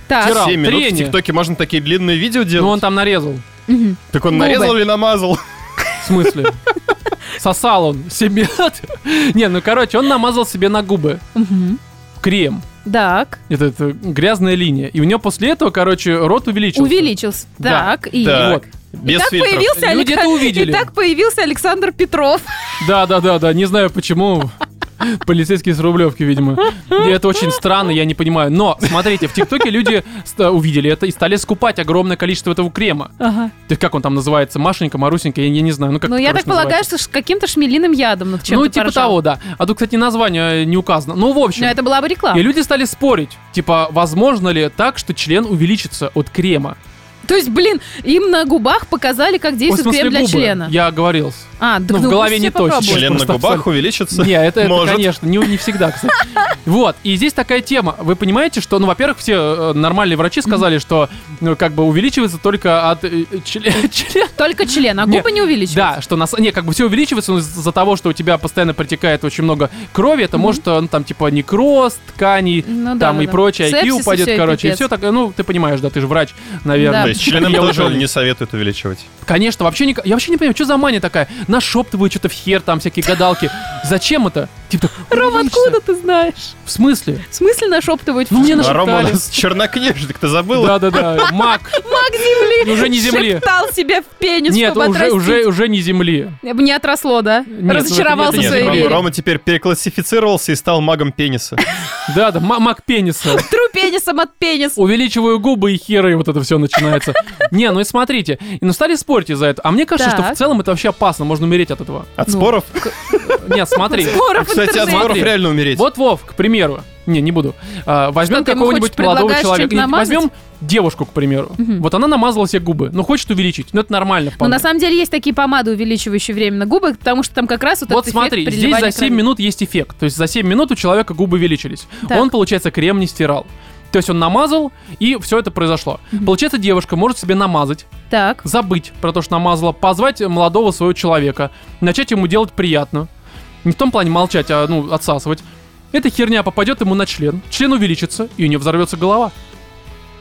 Так. Вчера. Семь минут в А трение. ТикТоке можно такие длинные видео Ну, делать. он там нарезал. Мгм. Так он Губы. нарезал или намазал? В смысле? Сосал он 7 минут. Не, ну, короче, он намазал себе на губы Мгм. крем. Так. Это, это грязная линия. И у него после этого, короче, рот увеличился. Увеличился. Да. Так, и... Да. Вот. И Без так, фильтров. появился Люди это Алекс- увидели. и так появился Александр Петров. Да, да, да, да. Не знаю почему. Полицейские с Рублевки, видимо. И Это очень странно, я не понимаю. Но, смотрите, в ТикТоке люди ста- увидели это и стали скупать огромное количество этого крема. Ага. То есть как он там называется? Машенька, Марусенька, я, я не знаю. Ну, как Ну, это, я короче, так полагаю, называется. что с каким-то шмелиным ядом над чем-то Ну, типа поржал. того, да. А тут, кстати, название э, не указано. Ну, в общем. Но это была бы реклама. И люди стали спорить, типа, возможно ли так, что член увеличится от крема? То есть, блин, им на губах показали, как Ой, в действует смысле, крем для губы. члена. Я оговорился. А, так, Ну, в голове пусть не все попробуют. точно. Член на Просто губах абсолютно- увеличится? Не, это, это, Может. конечно, не, не всегда, кстати. Вот, и здесь такая тема. Вы понимаете, что, ну, во-первых, все э, нормальные врачи сказали, что, ну, как бы увеличивается только от э, чле- члена. Только член, а Не, губы не увеличиваются. Да, что нас... Не, как бы все увеличивается но из-за того, что у тебя постоянно протекает очень много крови. Это может, э, ну, там, типа, некроз тканей, Ну да, там да, и да. прочее. и Сепсис и упадет, всё, и короче. И пипец. все так, ну, ты понимаешь, да, ты же врач, наверное. Да. То есть членам Я тоже уже- не советуют увеличивать. Конечно, вообще не... Я вообще не понимаю, что за мания такая? Нашептывают что-то в хер, там всякие гадалки. Зачем это? Типа, так, Рома, увеличься. откуда ты знаешь? В смысле? В смысле нашептывать? Ну, мне А нашептали. Рома у нас чернокнижник, ты забыла? Да-да-да, маг. Маг земли! Ну, Уже не земли. Шептал себе в пенис, Нет, чтобы уже, отрастить. уже, уже не земли. Не отросло, да? ну, Разочаровался это в нет, своей это Рома, вере. Рома теперь переклассифицировался и стал магом пениса. Да-да, ма- маг пениса. Тру пенисом от пенис. Увеличиваю губы и херы, и вот это все начинается. Не, ну и смотрите. И, Ну стали спорить из-за этого. А мне кажется, что Так. в целом это вообще опасно, можно умереть от этого. От Ну. споров? Нет, смотри. Скоро в Кстати, от интернете. споров Смотри. реально умереть. Вот Вов, к примеру, не, не буду. А, возьмем Что, ты ему какого-нибудь хочешь, молодого предлагаешь человека. что-нибудь Нет, намазать? возьмем девушку, к примеру. Мгм. Вот она намазала себе губы. Ну, хочет увеличить. Ну, это нормально. Но вполне. на самом деле есть такие помады, увеличивающие временно губы, потому что там как раз вот, Вот этот смотри, эффект здесь за переливания 7 крови. минут есть эффект. То есть за 7 минут у человека губы увеличились. Так. Он, получается, крем не стирал. То есть он намазал, и все это произошло. Получается, девушка может себе намазать, Так. забыть про то, что намазала, позвать молодого своего человека, начать ему делать приятно. Не в том плане молчать, а ну, отсасывать. Эта херня попадет ему на член. Член увеличится, и у нее взорвется голова.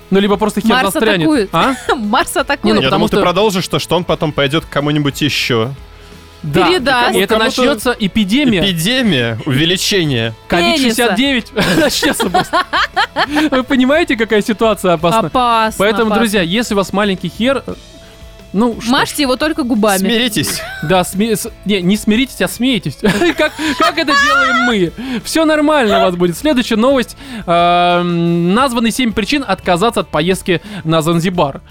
Ну, либо просто хер Марс застрянет. атакует. А? Марс Не, атакует. ну, Я потому думал, ты что- продолжишь то, что он потом пойдет к кому-нибудь еще. Да. Передаст. И это Кому-то- начнется эпидемия. Эпидемия, увеличение. COVID-69 начнется просто. Вы понимаете, какая ситуация опасна? Опасно. Поэтому, опасно. друзья, если у вас маленький хер, э, ну, что ж, Мажьте его только губами. Смиритесь. да, сме- с- не, не смиритесь, а смейтесь. как, как это делаем мы? Все нормально у вас будет. Следующая новость. Эм, названы 7 причин отказаться от поездки на Занзибар.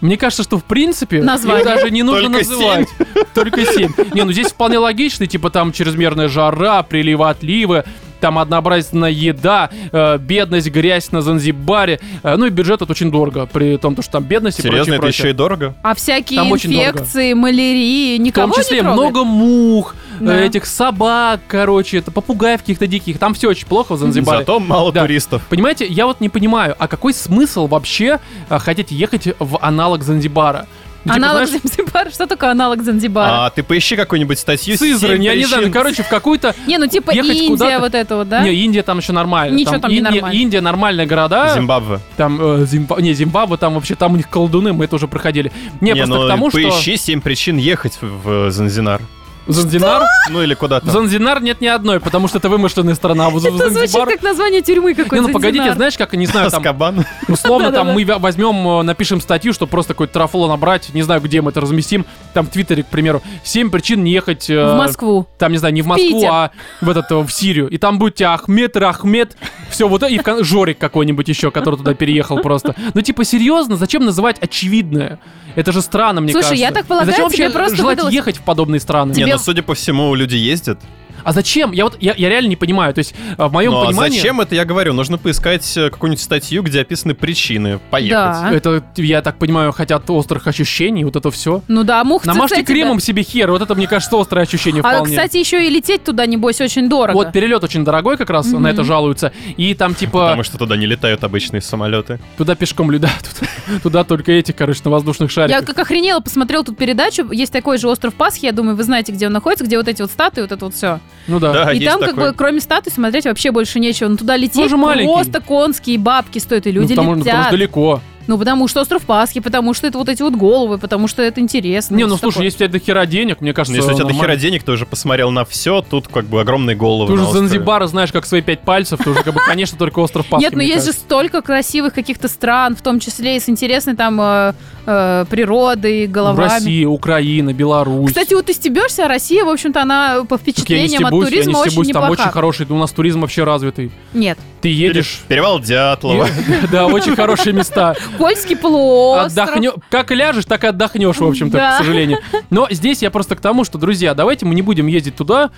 Мне кажется, что в принципе Название. их даже не нужно Только называть. Только 7. Не, ну здесь вполне логично, типа там чрезмерная жара, приливы, отливы, там однообразная еда, э, бедность, грязь на Занзибаре. Э, ну и бюджет это очень дорого, при том, то, что там бедность и прочее, Серьезно, это прочее. еще и дорого? А всякие Там очень инфекции, малярии, В том никого не числе трогает? много мух, э, Да. этих собак, короче, это попугаев каких-то диких. Там все очень плохо в Занзибаре. Зато мало Да. туристов. Понимаете, э, я вот не понимаю, а какой смысл вообще а, хотеть ехать в аналог Занзибара? Ну, типа, аналог знаешь, Занзибара? Что такое аналог Занзибара? А ты поищи какую-нибудь статью. Сызрань, «Семь я не знаю, ну, причин». короче, в какую-то... Не, ну типа ехать Индия, куда-то- вот это вот, да? Не, Индия там еще нормально. Ничего там не Индия, нормально. Индия нормальные города. Зимбабве. Там э, Зимба- Не, Зимбабве, там вообще, там у них колдуны, мы это уже проходили. Не, просто ну, к тому, поищи семь причин ехать в, в Занзинар. что... Занзинар? Ну или куда-то. В Занзинар нет ни одной, потому что это вымышленная страна. а в- в Это звучит Занзибар- как название тюрьмы какой-то. Не, ну погодите, знаешь, как, не знаю, там, Аскабан. условно, Ну, там Да-да-да. мы возьмем, э, напишем статью, что просто какой-то трафло набрать, не знаю, где мы это разместим, там в Твиттере, к примеру, семь причин не ехать... э, В Москву. Там, не знаю, не в Москву, Питер. а в, этот, э, в Сирию. И там будет тебе Ахмед, Рахмед, все вот это, и в кон- Жорик какой-нибудь еще, который туда переехал просто. Ну, типа, серьезно, зачем называть очевидное? Это же странно, мне Слушай, кажется. я так полагаю, зачем тебе вообще просто желать выдалось- ехать в подобные страны? Не, Тебе- ну судя по всему, люди ездят. А зачем? Я вот, я, я реально не понимаю. То есть, э, в моем Ну, а понимании... зачем это, я говорю, нужно поискать э, какую-нибудь статью, где описаны причины поехать. Да. а? Это, я так понимаю, хотят острых ощущений, вот это все. Ну да, мух Намажьте цицетина. кремом себе хер, вот это, мне кажется, острое ощущение А, вполне. кстати, еще и лететь туда, небось, очень дорого. вот перелет очень дорогой как раз, на это жалуются. И там типа... Потому что туда не летают обычные самолеты. Туда пешком люда, туда, туда только эти, короче, на воздушных Я шариках. как охренела, посмотрел тут передачу. Есть такой же остров Пасхи, я думаю, вы знаете, где он находится, где вот эти вот статуи, вот это вот все. Ну да. Да, и есть там, как такой. бы, кроме статуи, смотреть вообще больше нечего. Но туда лететь Ну, Он же маленький. просто конские бабки стоят, и Ну, люди потому, потому летят. что далеко. Ну, потому что остров Пасхи, потому что это вот эти вот головы, потому что это интересно. не, и ну всё слушай, такое. если у тебя до хера денег, мне Ну, кажется, если у тебя до хера нормально. денег, ты уже посмотрел на все, тут как бы огромные головы. Ты уже на острове. Занзибара знаешь, как свои пять пальцев, ты уже, как бы, конечно, только остров Пасхи. Нет, ну мне есть же кажется. столько красивых каких-то стран, в том числе и с интересной там э, э, природой, головами. Россия, Украина, Беларусь. Кстати, вот ты стебешься, а Россия, в общем-то, она по Так я не впечатлениям от стебусь, я не туризма очень стебусь, там неплоха. очень хороший, у нас туризм вообще развитый. Нет. Ты едешь... Перевал Дятлова. и- Да, очень хорошие места. Польский полуостров. Отдохнешь, как ляжешь, так и отдохнешь, в общем-то, Да. к сожалению. Но здесь я просто к тому, что, друзья, давайте мы не будем ездить туда,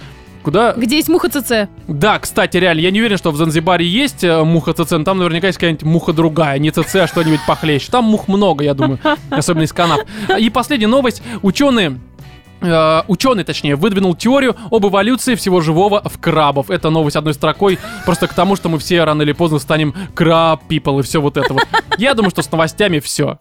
куда Где есть муха ЦЦ? Да, кстати, реально, я не уверен, что в Занзибаре есть э, муха ЦЦ, но там наверняка есть какая-нибудь муха другая, не ЦЦ, а что-нибудь похлеще. Там мух много, я думаю, особенно из канав. И последняя новость. Ученые э, Ученый, точнее, выдвинул теорию об эволюции всего живого в крабов. Это новость одной строкой, просто к тому, что мы все рано или поздно станем краб people и все вот это вот. Я думаю, что с новостями все.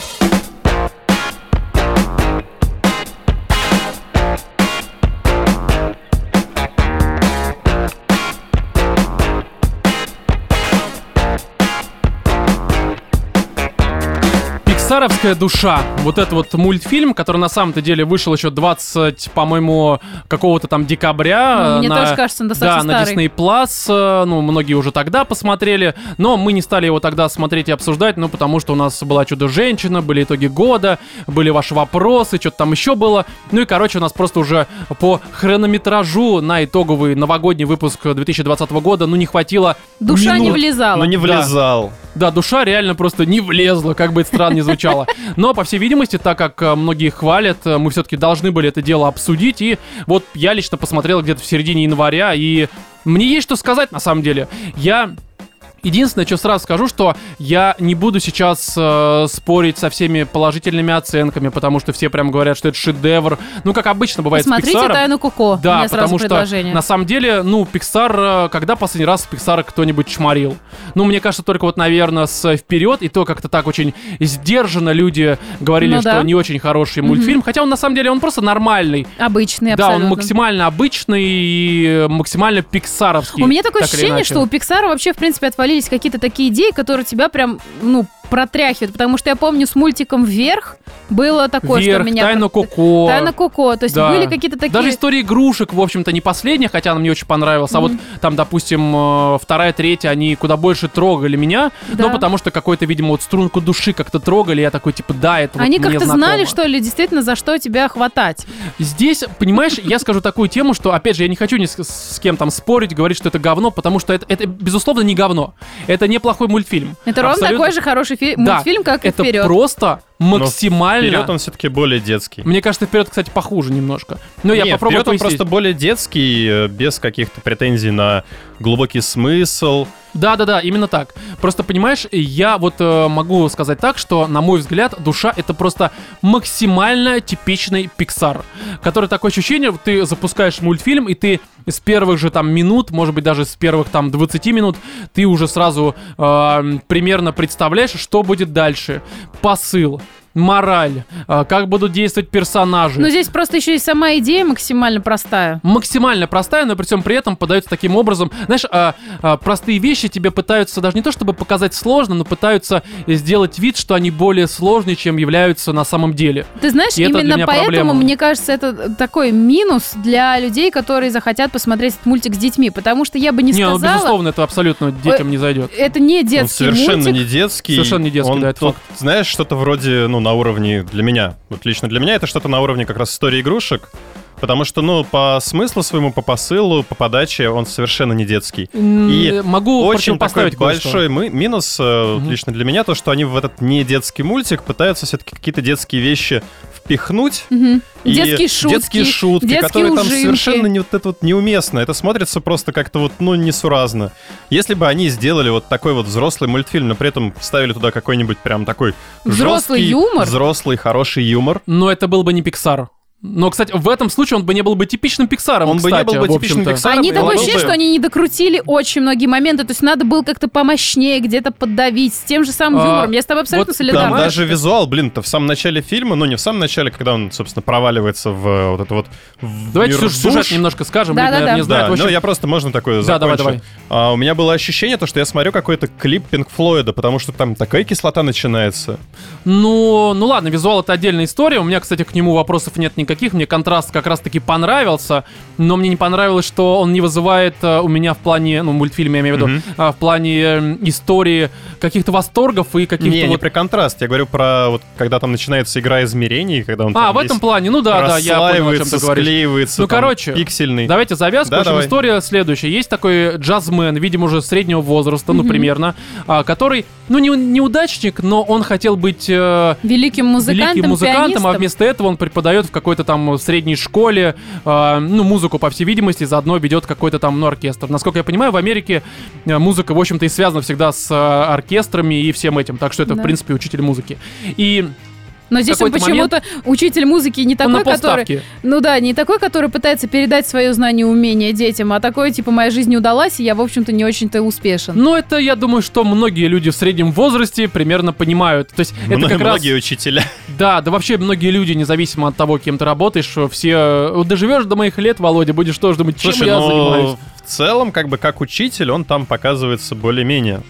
Пиксаровская душа. Вот этот вот мультфильм, который на самом-то деле вышел еще 20, по-моему, какого-то там декабря. Ну, мне э, на- тоже кажется, он Да, достаточно на старый. Disney Plus. э, Ну, многие уже тогда посмотрели, но мы не стали его тогда смотреть и обсуждать, ну, потому что у нас была Чудо-женщина, были итоги года, были ваши вопросы, что-то там еще было. Ну и, короче, у нас просто уже по хронометражу на итоговый новогодний выпуск 2020 года, ну, не хватило Душа не минут. Ну, влезала. Но Ну, не влезал. Да, душа реально просто не влезла, как бы это странно не звучало. Но, по всей видимости, так как э, многие хвалят, э, мы все-таки должны были это дело обсудить. И вот я лично посмотрел где-то в середине января, и мне есть что сказать на самом деле. Я... Единственное, что сразу скажу, что я не буду сейчас э, спорить со всеми положительными оценками, потому что все прям говорят, что это шедевр. Ну, как обычно бывает с Смотрите Пиксаром. «Тайну Коко». У Да, меня сразу потому что предложение. на самом деле, ну, Pixar, э, когда последний раз Pixar кто-нибудь чморил? Ну, мне кажется, только вот, наверное, с вперед, и то как-то так очень сдержанно люди говорили, Ну что да. не очень хороший мультфильм. Хотя он на самом деле он просто нормальный. Обычный, Да, абсолютно. он максимально обычный и максимально пиксаровский. У меня такое так или ощущение, иначе. что у Пиксара вообще, в принципе, отвалились какие-то такие идеи, которые тебя прям, ну, протряхивают. Потому что я помню, с мультиком «Вверх» было такое, Вверх, что меня... Тайна Коко. «Тайна Коко». То есть Да. были какие-то такие... Даже история игрушек, в общем-то, не последняя, хотя она мне очень понравилась. А вот там, допустим, э, вторая, третья, они куда больше трогали меня. Да. Но Ну, потому что какой-то, видимо, вот струнку души как-то трогали. Я такой, типа, да, это вот Они мне как-то знакомо. знали, что ли, действительно, за что тебя хватать. Здесь, понимаешь, я скажу такую тему, что, опять же, я не хочу ни с, с кем там спорить, говорить, что это говно, потому что это, это, безусловно, не говно. Это неплохой мультфильм. Это ровно Абсолютно. такой же хороший фи- Да, мультфильм, как и Это «Вперед». просто максимально... Вперед он все-таки более детский. Мне кажется, вперед, кстати, похуже немножко. Но Ну, я Не, попробую «Вперед» он пояснить. просто более детский, э, без каких-то претензий на глубокий смысл. Да, да, да, именно так. Просто понимаешь, я вот э, могу сказать так, что, на мой взгляд, душа это просто максимально типичный Pixar, который такое ощущение, вот ты запускаешь мультфильм, и ты с первых же там минут, может быть, даже с первых там 20 минут, ты уже сразу э, примерно представляешь, что будет дальше. Посыл. мораль, а, как будут действовать персонажи. Но здесь просто еще и сама идея максимально простая. максимально простая, но при всем при этом подается таким образом. Знаешь, а, а, простые вещи тебе пытаются даже не то чтобы показать сложно, но пытаются сделать вид, что они более сложные, чем являются на самом деле. Ты знаешь, И это для именно меня поэтому, проблема. мне кажется, это такой минус для людей, которые захотят посмотреть этот мультик с детьми. Потому что я бы не, не, ну, сказала, безусловно, это абсолютно детям не зайдет. это не детский Он совершенно мультик. не детский. Совершенно не детский, он да, это тут, Знаешь, что-то вроде, ну, на уровне для меня. Вот лично для меня это что-то на уровне как раз истории игрушек. Потому что, ну, по смыслу своему, по посылу, по подаче он совершенно не детский. И Могу Очень такой Ну, противопоставить кое-что. большой мы- минус э, Мгм. лично для меня то, что они в этот не детский мультик пытаются все-таки какие-то детские вещи впихнуть. Мгм. И Детские шутки. Детские шутки, детские которые там ужинки. совершенно не, вот это вот неуместно. Это смотрится просто как-то вот, ну, несуразно. Если бы они сделали вот такой вот взрослый мультфильм, но при этом вставили туда какой-нибудь прям такой Взрослый жесткий, юмор? взрослый, хороший юмор. Но это был бы не Pixar. Но, кстати, в этом случае он бы не был бы типичным Пиксаром. Он бы не был бы типичным Pixar, Они бы, такое он был ощущение, бы- что они не докрутили очень многие моменты. То есть надо было как-то помощнее, где-то поддавить, с тем же самым А, юмором. Я с тобой абсолютно вот солидарна. Там даже визуал, блин-то в самом начале фильма, ну не в самом начале, когда он, собственно, проваливается в э, вот это вот... в Давайте мир сюж- сюжет душ. немножко скажем, Да, люди, да, наверное, да. не знают. Да, В общем, ну я просто можно такое Да, давай, закончу? А, у меня было ощущение, то, что я смотрю какой-то клип Пинк Флойда, потому что там такая кислота начинается. Ну, ну ладно, визуал это отдельная история. У меня, кстати, к нему вопросов нет никаких. Мне контраст как раз-таки понравился, но мне не понравилось, что он не вызывает э, у меня в плане, ну, мультфильме я имею в виду, Мгм. а, в плане э, истории каких-то восторгов и каких-то Не, не вот... про контраст, я говорю про вот, когда там начинается игра измерений, когда он А, там в этом весь плане, ну да, да, я понял, о чем расслаивается, ты говоришь. склеивается, Ну, там, короче, пиксельный. Давайте завязку. Да, В общем, давай. история следующая. Есть такой джазмен, видимо, уже среднего возраста, ну, Мгм. примерно, а, который, ну, не, неудачник, но он хотел быть э, Великим музыкантом, великим музыкантом, а пианистом. вместо этого он преподает в какой-то там э, средней школе, э, ну, музыку, по всей видимости, заодно ведет какой-то там, ну, оркестр. Насколько я понимаю, в Америке э, музыка, в общем-то, и связана всегда с э, оркестрами и всем этим, так что это, Да. в принципе, учитель музыки. И Но здесь он какой-то почему-то учитель музыки не он такой, на который... полставки. Ну да, не такой, который пытается передать свое знание и умение детям, а такой, типа, моя жизнь не удалась, и я, в общем-то, не очень-то успешен. Ну, это, я думаю, что многие люди в среднем возрасте примерно понимают. То есть это Мно- как раз... Многие учителя. Да, да вообще многие люди, независимо от того, кем ты работаешь, все... э, вот Доживешь до моих лет, Володя, будешь тоже думать, чем Слушай, я ну, занимаюсь. в целом, как бы, как учитель, он там показывается более-менее.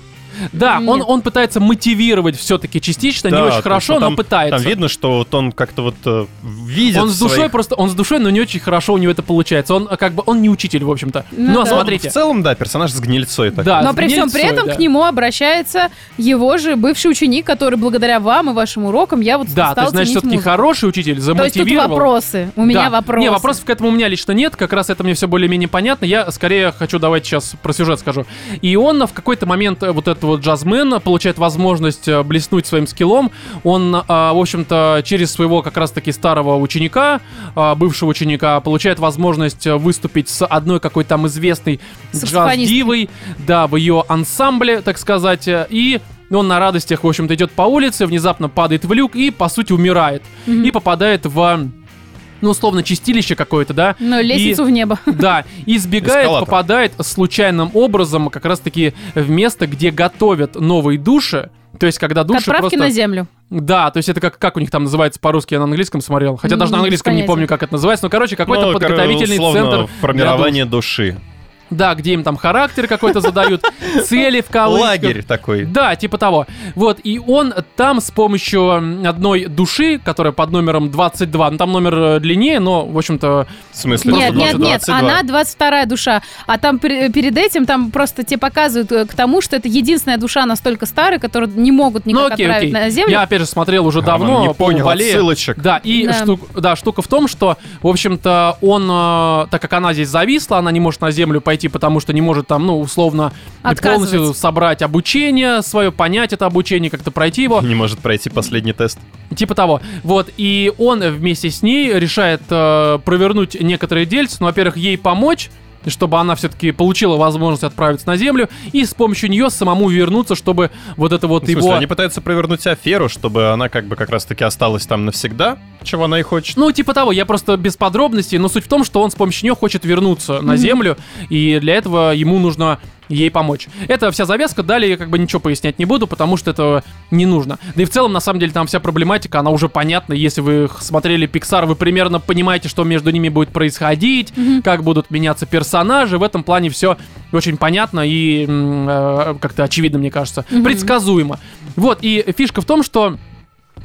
Да, он, Нет. он пытается мотивировать все-таки частично, не Да, очень то, хорошо, что но там- пытается. Там видно, что вот он как-то вот э, видит А он с душой своих- просто, он с душой, но не очень хорошо у него это получается. Он э, как бы, он не учитель, в общем-то. Ну Ну, а да. смотрите. В целом, да, персонаж с гнильцой такой. Да, Но при всем сгнильцой, при этом А да. к нему обращается его же бывший ученик, который благодаря вам и вашим урокам я вот Да, то стал есть, значит, ценить все-таки музыку. хороший учитель, То есть тут замотивировал. вопросы. У меня Да. вопросы. Не, вопросов к этому у меня лично нет, как раз это мне все более-менее понятно. Я скорее хочу давать сейчас про сюжет скажу. И он в какой-то момент, э, вот этот вот джазмен, э, получает возможность э, блеснуть своим скиллом. Он, э, в общем-то, через своего как раз-таки старого ученика, э, бывшего ученика, получает возможность э, выступить с одной какой-то там известной Саксофонисткой. джаз-дивой, да, в ее ансамбле, так сказать, э, и он на радостях, в общем-то, идет по улице, внезапно падает в люк и, по сути, умирает. Мгм. И попадает в ну, условно, чистилище какое-то, да? Ну, лестницу И- в небо. Да, и избегает, Эскалатор. попадает случайным образом как раз-таки в место, где готовят новые души. То есть, когда К души отправке просто... на землю. Да, то есть это как, как у них там называется по-русски, я на английском смотрел. Хотя даже на М, английском не Ну, понятия. помню, как это называется. Ну, короче, какой-то Ну, кор- подготовительный условно, центр. формирование души. для душ. Да, где им там характер какой-то задают, цели в кавычках. Лагерь такой. Да, типа того. Вот, и он там с помощью м, одной души, которая под номером 22, ну там номер э, длиннее, но, в общем-то, В смысле? Нет, Просто нет, нет, 22. она 22 душа. А там пер- перед этим там просто тебе показывают э, к тому, что это единственная душа настолько старая, которую не могут никак ну окей, отправить окей. на землю. Я опять же смотрел уже А, давно, он не понял полуболея. отсылочек. Да, и Да. штук- да, штука в том, что, в общем-то, он, э, так как она здесь зависла, она не может на землю пойти, потому что не может там, ну, условно, Отказывать. полностью собрать обучение свое, понять это обучение, как-то пройти его. Не может пройти последний тест. Типа того. Вот, и он вместе с ней решает э, провернуть некоторые дельцы. Ну, во-первых, ей помочь, чтобы она все-таки получила возможность отправиться на Землю, и с помощью нее самому вернуться, чтобы вот это вот В смысле, его... они пытаются провернуть аферу, чтобы она как бы как раз-таки осталась там навсегда, чего она и хочет. Ну, типа того, я просто без подробностей, но суть в том, что он с помощью нее хочет вернуться на Землю, и для этого ему нужно ей помочь. Это вся завязка, далее я как бы ничего пояснять не буду, потому что этого не нужно. Да и в целом, на самом деле, там вся проблематика, она уже понятна. Если вы смотрели Pixar, вы примерно понимаете, что между ними будет происходить, как будут меняться персонажи. В этом плане все очень понятно и м, э, как-то очевидно, мне кажется. Мгм. Предсказуемо. Вот, и фишка в том, что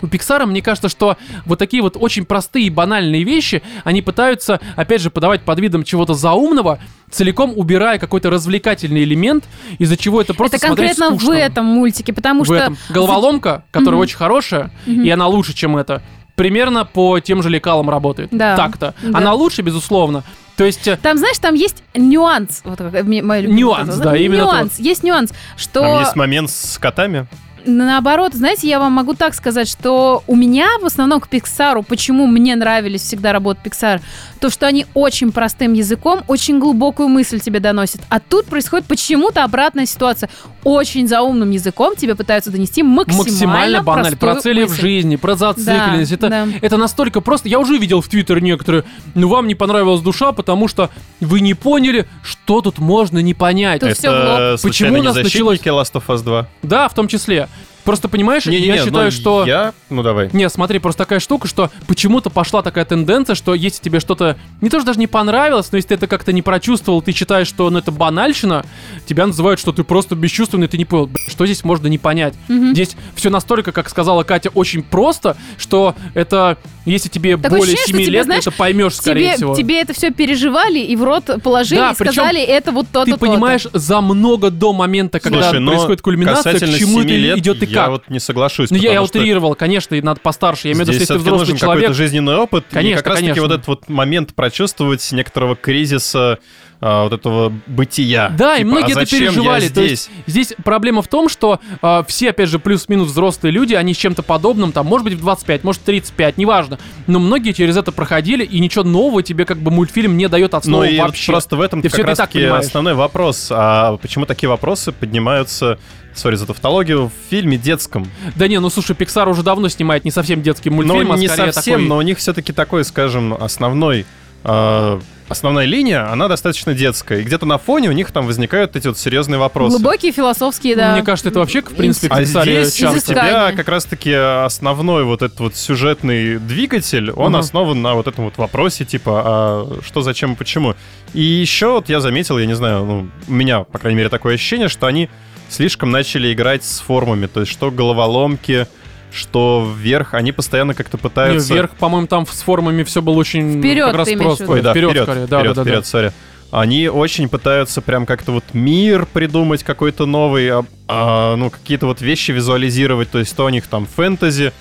у Пиксара, мне кажется, что вот такие вот очень простые и банальные вещи, они пытаются, опять же, подавать под видом чего-то заумного, целиком убирая какой-то развлекательный элемент, из-за чего это просто Это конкретно смотреть в скучно. этом мультике, потому В что... этом. Головоломка, которая очень хорошая, и она лучше, чем это, примерно по тем же лекалам работает. Да. Так-то. Да. Она лучше, безусловно. То есть... э, Там, знаешь, там есть нюанс. Вот как э, мне моя любимая Нюанс, фраза. да, именно Нюанс, есть нюанс, что... Там есть момент с котами. Наоборот, знаете, я вам могу так сказать, что у меня в основном к Пиксару, почему мне нравились всегда работы Пиксар, то, что они очень простым языком, очень глубокую мысль тебе доносят. А тут происходит почему-то обратная ситуация. Очень заумным языком тебе пытаются донести максимально, максимально банально. простую Про цели в мысль. жизни, про зацикленность. Да, это, да. это настолько просто. Я уже видел в Твиттере некоторые, ну вам не понравилась душа, потому что вы не поняли, что тут можно не понять. Тут всё в Это случайно Почему у не нас началось- защитники Last of Us 2? Да, в том числе. Просто понимаешь, Не-не-не, я ну, считаю, что... Я... Ну, давай. Не, смотри, просто такая штука, что почему-то пошла такая тенденция, что если тебе что-то не то, что даже не понравилось, но если ты это как-то не прочувствовал, ты считаешь, что ну, это банальщина, тебя называют, что ты просто бесчувственный, ты не понял, «Блин, что здесь можно не понять. Мгм. Здесь все настолько, как сказала Катя, очень просто, что это, если тебе Такое более ощущение, 7 что тебе, лет, знаешь, ты это поймешь, скорее Тебе, всего. тебе это все переживали и в рот положили Да, и причём сказали, это вот то-то, ты то-то. понимаешь, за много до момента, когда Слушай, но происходит кульминация, к касательно чему семи это лет, идет и я как. вот не соглашусь. Ну, я, я потому что утрировал, конечно, и надо постарше. Я имею в виду, что Здесь если ты все-таки взрослый нужен человек, какой-то жизненный опыт. и Конечно, как раз-таки конечно. вот этот вот момент прочувствовать некоторого кризиса а, вот этого бытия. Да, и Типа, многие а это зачем я переживали. То здесь? есть здесь проблема в том, что э, все, опять же, плюс-минус взрослые люди, они с чем-то подобным, там, может быть, в 25, может, в 35, неважно. Но многие через это проходили, и ничего нового тебе как бы мультфильм не дает от Ну слова и вот вообще. просто в этом Ты как всё это и раз так понимаешь. основной вопрос. А почему такие вопросы поднимаются, сори за тавтологию, в фильме детском? Да не, ну слушай, Pixar уже давно снимает не совсем детский мультфильм, но а Ну, не скорее совсем, такой... но у них все-таки такой, скажем, основной... э, Основная линия, она достаточно детская. И где-то на фоне у них там возникают эти вот серьезные вопросы. Глубокие философские, да. Мне кажется, это вообще, в принципе, А писали здесь у часто. Изыскание. тебя как раз-таки основной вот этот вот сюжетный двигатель, он Мгм. основан на вот этом вот вопросе, типа, а что, зачем, и почему. И еще вот я заметил, я не знаю, ну, у меня, по крайней мере, такое ощущение, что они слишком начали играть с формами, то есть что головоломки, что вверх, они постоянно как-то Не, пытаются... вверх, по-моему, там с формами все было очень Вперед как раз ты имеешь просто. в виду? Ой, да, вперед, вперед, скорее, вперед, да, вперед, да, да, да. сори. Они очень пытаются прям как-то вот мир придумать какой-то новый, а- а, ну, какие-то вот вещи визуализировать, то есть то у них там фэнтези,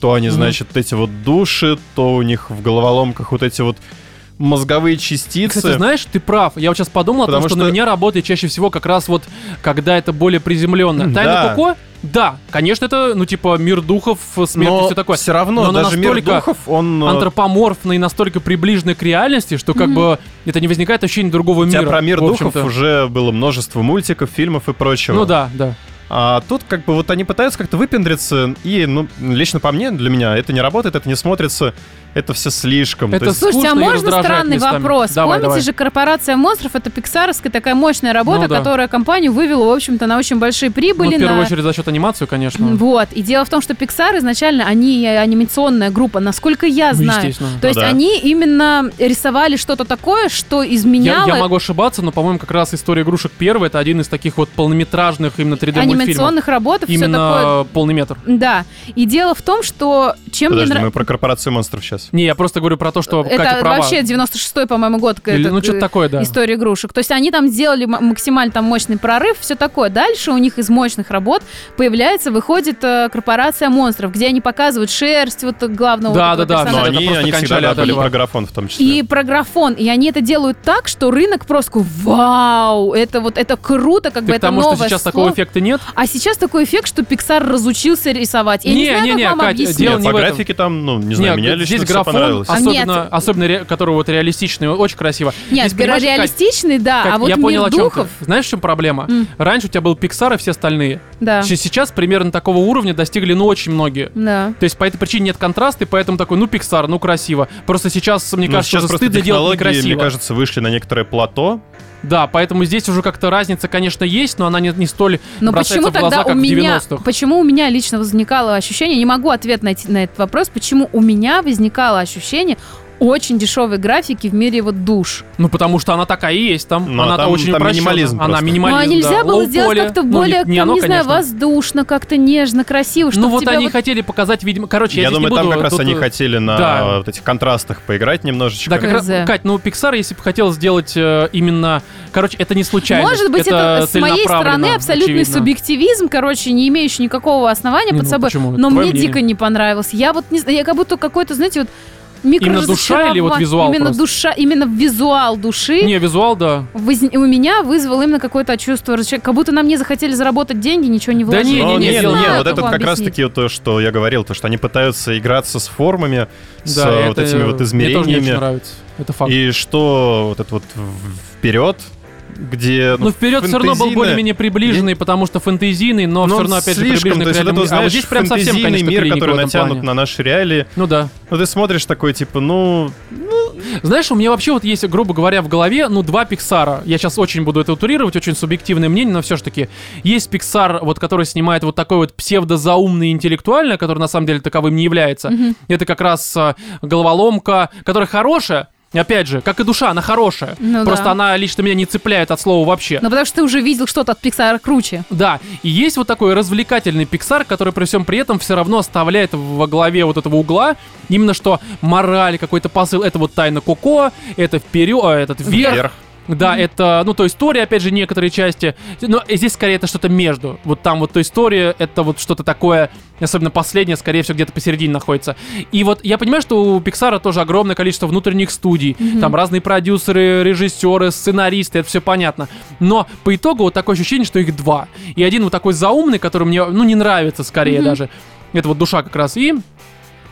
то они, Мгм. значит, эти вот души, то у них в головоломках вот эти вот мозговые частицы. Кстати, знаешь, ты прав. Я вот сейчас подумал о том, Потому что, что- на меня работает чаще всего как раз вот, когда это более приземленно. Да. Тайна Коко? Да, конечно, это, ну, типа, мир духов, смерть и но все такое. все равно Но она даже мир настолько духов, он... э, Антропоморфно и настолько приближены к реальности, что как Мгм. бы это не возникает ощущение другого у тебя мира. про мир в духов общем-то. уже было множество мультиков, фильмов и прочего. Ну да, да. А тут как бы вот они пытаются как-то выпендриться, и, ну, лично по мне, для меня, это не работает, это не смотрится, это все слишком. Это То есть, Слушайте, а скучно и можно раздражает странный местами? вопрос? Давай, Помните давай. же, корпорация монстров это пиксаровская такая мощная работа, Ну да. которая компанию вывела, в общем-то, на очень большие Ну, в прибыли. первую на- очередь за счет анимацию, конечно. Вот. И дело в том, что Pixar изначально они э, анимационная группа, насколько я Ну, знаю. естественно. То есть да. они именно рисовали что-то такое, что Я, изменяло я могу ошибаться, но, по-моему, как раз история игрушек первая это один из таких вот полнометражных именно 3D мультфильмов. анимационных работ и все такое. Именно полный метр. Да. И дело в том, что чем мне Подожди, нравится. мы про корпорацию монстров сейчас. Не, я просто говорю про то, что Катя Это права. вообще 96-й, по-моему, год. Или, этот, ну, что-то э, такое, да. история игрушек. То есть они там сделали м- максимально там мощный прорыв, все такое. Дальше у них из мощных работ появляется, выходит э, корпорация монстров, где они показывают шерсть вот главного Да, вот этого да, да, Но это персонажа. они, просто они всегда кончали от ляпали этого. про графон в том числе. И про графон. И они это делают так, что рынок просто такой, вау, это вот это круто, как Ты бы к это тому, что новое сейчас слово». такого эффекта нет? А сейчас такой эффект, что Pixar разучился рисовать. Я не, Не, знаю, не, как не, вам Катя, объяснить. дело Не, не по в этом. графике там, ну, не знаю, Нет, меня лично здесь все графон, понравилось. А особенно, нет. особенно ре- которого вот реалистичный, очень красиво. Нет, Здесь, понимаешь, Кать, реалистичный, да, Кать, а вот я мир понял, о чем ты. духов, Знаешь, в чем проблема? М. Раньше у тебя был Pixar и все остальные. да, Щ- Сейчас примерно такого уровня достигли, ну, очень многие. да. То есть по этой причине нет контраста, и поэтому такой, ну, Pixar, ну, красиво. Просто сейчас, мне Ну, кажется, сейчас уже просто стыдно делать технологии, некрасиво. мне кажется, вышли на некоторое плато, Да, поэтому здесь уже как-то разница, конечно, есть, но она не, не столь Но бросается почему в глаза, тогда у как меня, в 90-х. почему у меня лично возникало ощущение, не могу ответ найти на этот вопрос, почему у меня возникало ощущение очень дешевой графики в мире вот душ. Ну, потому что она такая и есть там. Ну, а она там- очень там упрощена. минимализм Она просто. минимализм, Ну, а да. нельзя было Лоу-поле. сделать как-то Ну, более, не, не там, оно, не знаю, конечно. воздушно, как-то нежно, красиво, чтобы Ну, вот тебя они вот- хотели показать, видимо... Короче, я, Я здесь думаю, не там буду... как раз тут- они хотели на Да. э, вот этих контрастах поиграть немножечко. Да, как раз, Хз. Кать, ну Pixar, если бы хотел сделать э, именно, короче, это не случайно. Может быть, это, с моей стороны целенаправленно, абсолютный очевидно. субъективизм, короче, не имеющий никакого основания Не, под ну собой. почему? Это Но твое мне мнение. дико не понравилось. Я вот не знаю, я как будто какой-то, знаете, вот микро Именно душа или вот визуал Именно просто? душа, именно визуал души. Не, визуал, да. возни- у меня вызвал именно какое-то чувство, разочарования. как будто на мне захотели заработать деньги, ничего не Да вложили. не, Но не, не, сделал. не, Знаю, вот это вам как раз объяснить. таки то, что я говорил, то, что они пытаются играться с формами, с да, э, это вот этими Мне вот тоже не очень измерениями. нравится. Это факт. И что вот это вот в- вперед, где... Ну, вперед все равно был фэнтезийное- ну, более-менее приближенный, потому что фэнтезийный, но, все равно, опять же, слишком, приближенный то к есть вот это, реальному миру. А вот знаешь, здесь прям совсем, фэнтезийный конечно, мир, клиника который в этом натянут плане. на наши реалии. Ну да. Ну, ты смотришь такой, типа, ну, Знаешь, у меня вообще вот есть, грубо говоря, в голове, ну, два Пиксара. Я сейчас очень буду это утурировать, очень субъективное мнение, но все ж таки. Есть Пиксар, вот, который снимает вот такой вот псевдозаумный интеллектуальный, который на самом деле таковым не является. Мгм. Это как раз а, головоломка, которая хорошая, опять же, как и душа, она хорошая. Ну да. Просто она лично меня не цепляет от слова вообще. Ну, потому что ты уже видел что-то от Pixar круче. Да, и есть вот такой развлекательный Pixar, который при всем при этом все равно оставляет во главе вот этого угла именно что мораль, какой-то посыл, это вот тайна Коко, это вперед, а, этот вверх. вверх. Да, это, ну, то история, опять же, некоторые части. Но здесь скорее это что-то между. Вот там вот то история, это вот что-то такое, особенно последнее, скорее всего, где-то посередине находится. И вот я понимаю, что у Пиксара тоже огромное количество внутренних студий. Там разные продюсеры, режиссеры, сценаристы, это все понятно. Но по итогу вот такое ощущение, что их два. И один вот такой заумный, который мне, ну, не нравится скорее Мгм. даже. Это вот душа как раз. И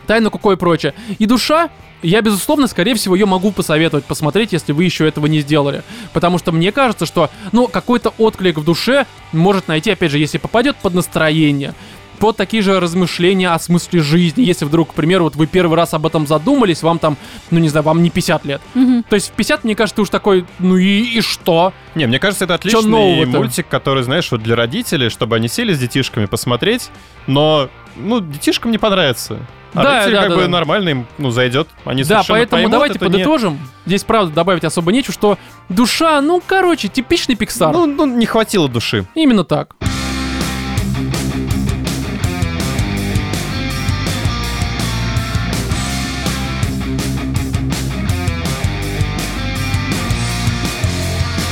Тайна Коко и прочее. И душа, я, безусловно, скорее всего, ее могу посоветовать посмотреть, если вы еще этого не сделали. Потому что мне кажется, что, ну, какой-то отклик в душе может найти, опять же, если попадет под настроение. Под такие же размышления о смысле жизни. Если вдруг, к примеру, вот вы первый раз об этом задумались, вам там, ну не знаю, вам не 50 лет. Мгм. То есть в 50, мне кажется, ты уж такой, ну и, и что? Не, мне кажется, это Чё отличный нового-то? мультик, который, знаешь, вот для родителей, чтобы они сели с детишками посмотреть, но, ну, детишкам не понравится. А Да, родители да, как да, бы да. нормально им, ну, зайдет. Они Да, совершенно поэтому поймут, давайте это не- подытожим. Здесь, правда, добавить особо нечего, что душа, ну, короче, типичный Пиксар. Ну, ну, не хватило души. Именно так.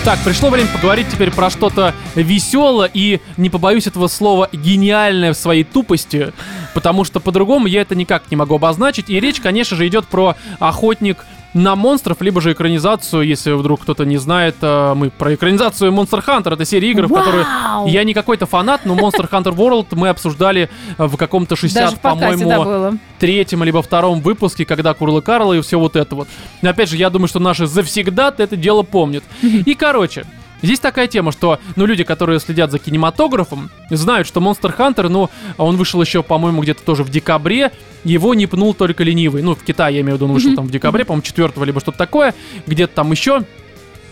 Так, пришло время поговорить теперь про что-то веселое и, не побоюсь этого слова, гениальное в своей тупости, потому что по-другому я это никак не могу обозначить. И речь, конечно же, идет про «Охотник на монстров», либо же экранизацию, если вдруг кто-то не знает, э, мы про экранизацию Monster Hunter, это серия игр, в которой Вау! я не какой-то фанат, но Monster Hunter World мы обсуждали э, в каком-то 60, Даже в подкасте, по-моему, да, было. третьем либо втором выпуске, когда Курла Карла и все вот это вот. Но опять же, я думаю, что наши завсегда это дело помнят. И короче, здесь такая тема, что, ну, люди, которые следят за кинематографом, знают, что Monster Hunter, ну, он вышел еще, по-моему, где-то тоже в декабре, его не пнул только ленивый. Ну, в Китае, я имею в виду, он вышел Мгм. там в декабре, по-моему, 4 либо что-то такое, где-то там еще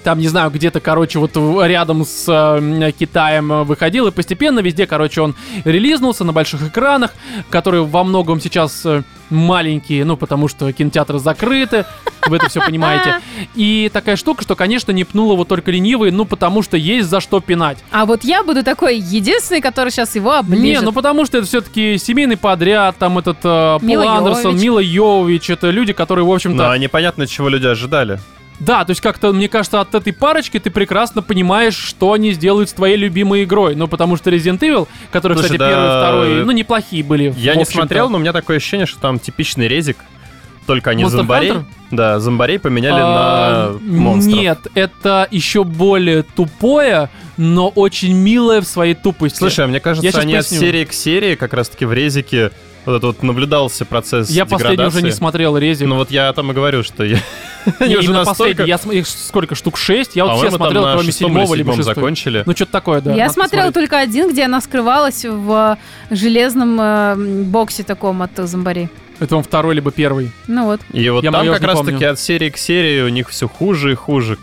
там, не знаю, где-то, короче, вот в- рядом с э, Китаем э, выходил, и постепенно везде, короче, он релизнулся на больших экранах, которые во многом сейчас э, маленькие, ну, потому что кинотеатры закрыты, вы это все понимаете. И такая штука, что, конечно, не пнула его только ленивый, ну, потому что есть за что пинать. А вот я буду такой единственный, который сейчас его Не, оближет. ну потому что это все-таки семейный подряд, там этот э, Пол Мила Андерсон, Йовович. Мила Йовович, это люди, которые, в общем-то... Но непонятно, чего люди ожидали. Да, то есть как-то, мне кажется, от этой парочки ты прекрасно понимаешь, что они сделают с твоей любимой игрой. Ну, потому что Resident Evil, которые, Слушай, кстати, да, первый и второй, ну, неплохие были. Я в не общем-то. смотрел, но у меня такое ощущение, что там типичный резик. Только они Monster зомбарей. Hunter? Да, зомбарей поменяли А, на монстров. Нет, это еще более тупое, но очень милое в своей тупости. Слушай, а мне Я кажется, щас они от поясню. серии к серии как раз-таки в резике вот это вот наблюдался процесс я последний уже не деградации. смотрел резик. а Ну вот я там и говорю, что я... Не, они уже именно настолько... последний. А, Я см- их сколько штук? Шесть? Я вот все По-моему, там смотрел, на кроме шестом или седьмого либо седьмом шестого. закончили. Ну, что-то такое, да. я надо смотрела посмотреть. только один, где она скрывалась в э, железном э, боксе таком от э, зомбарей. Это он второй либо первый. Ну вот. И вот Я там майор как не раз помню. таки от серии к серии у них все хуже и хуже.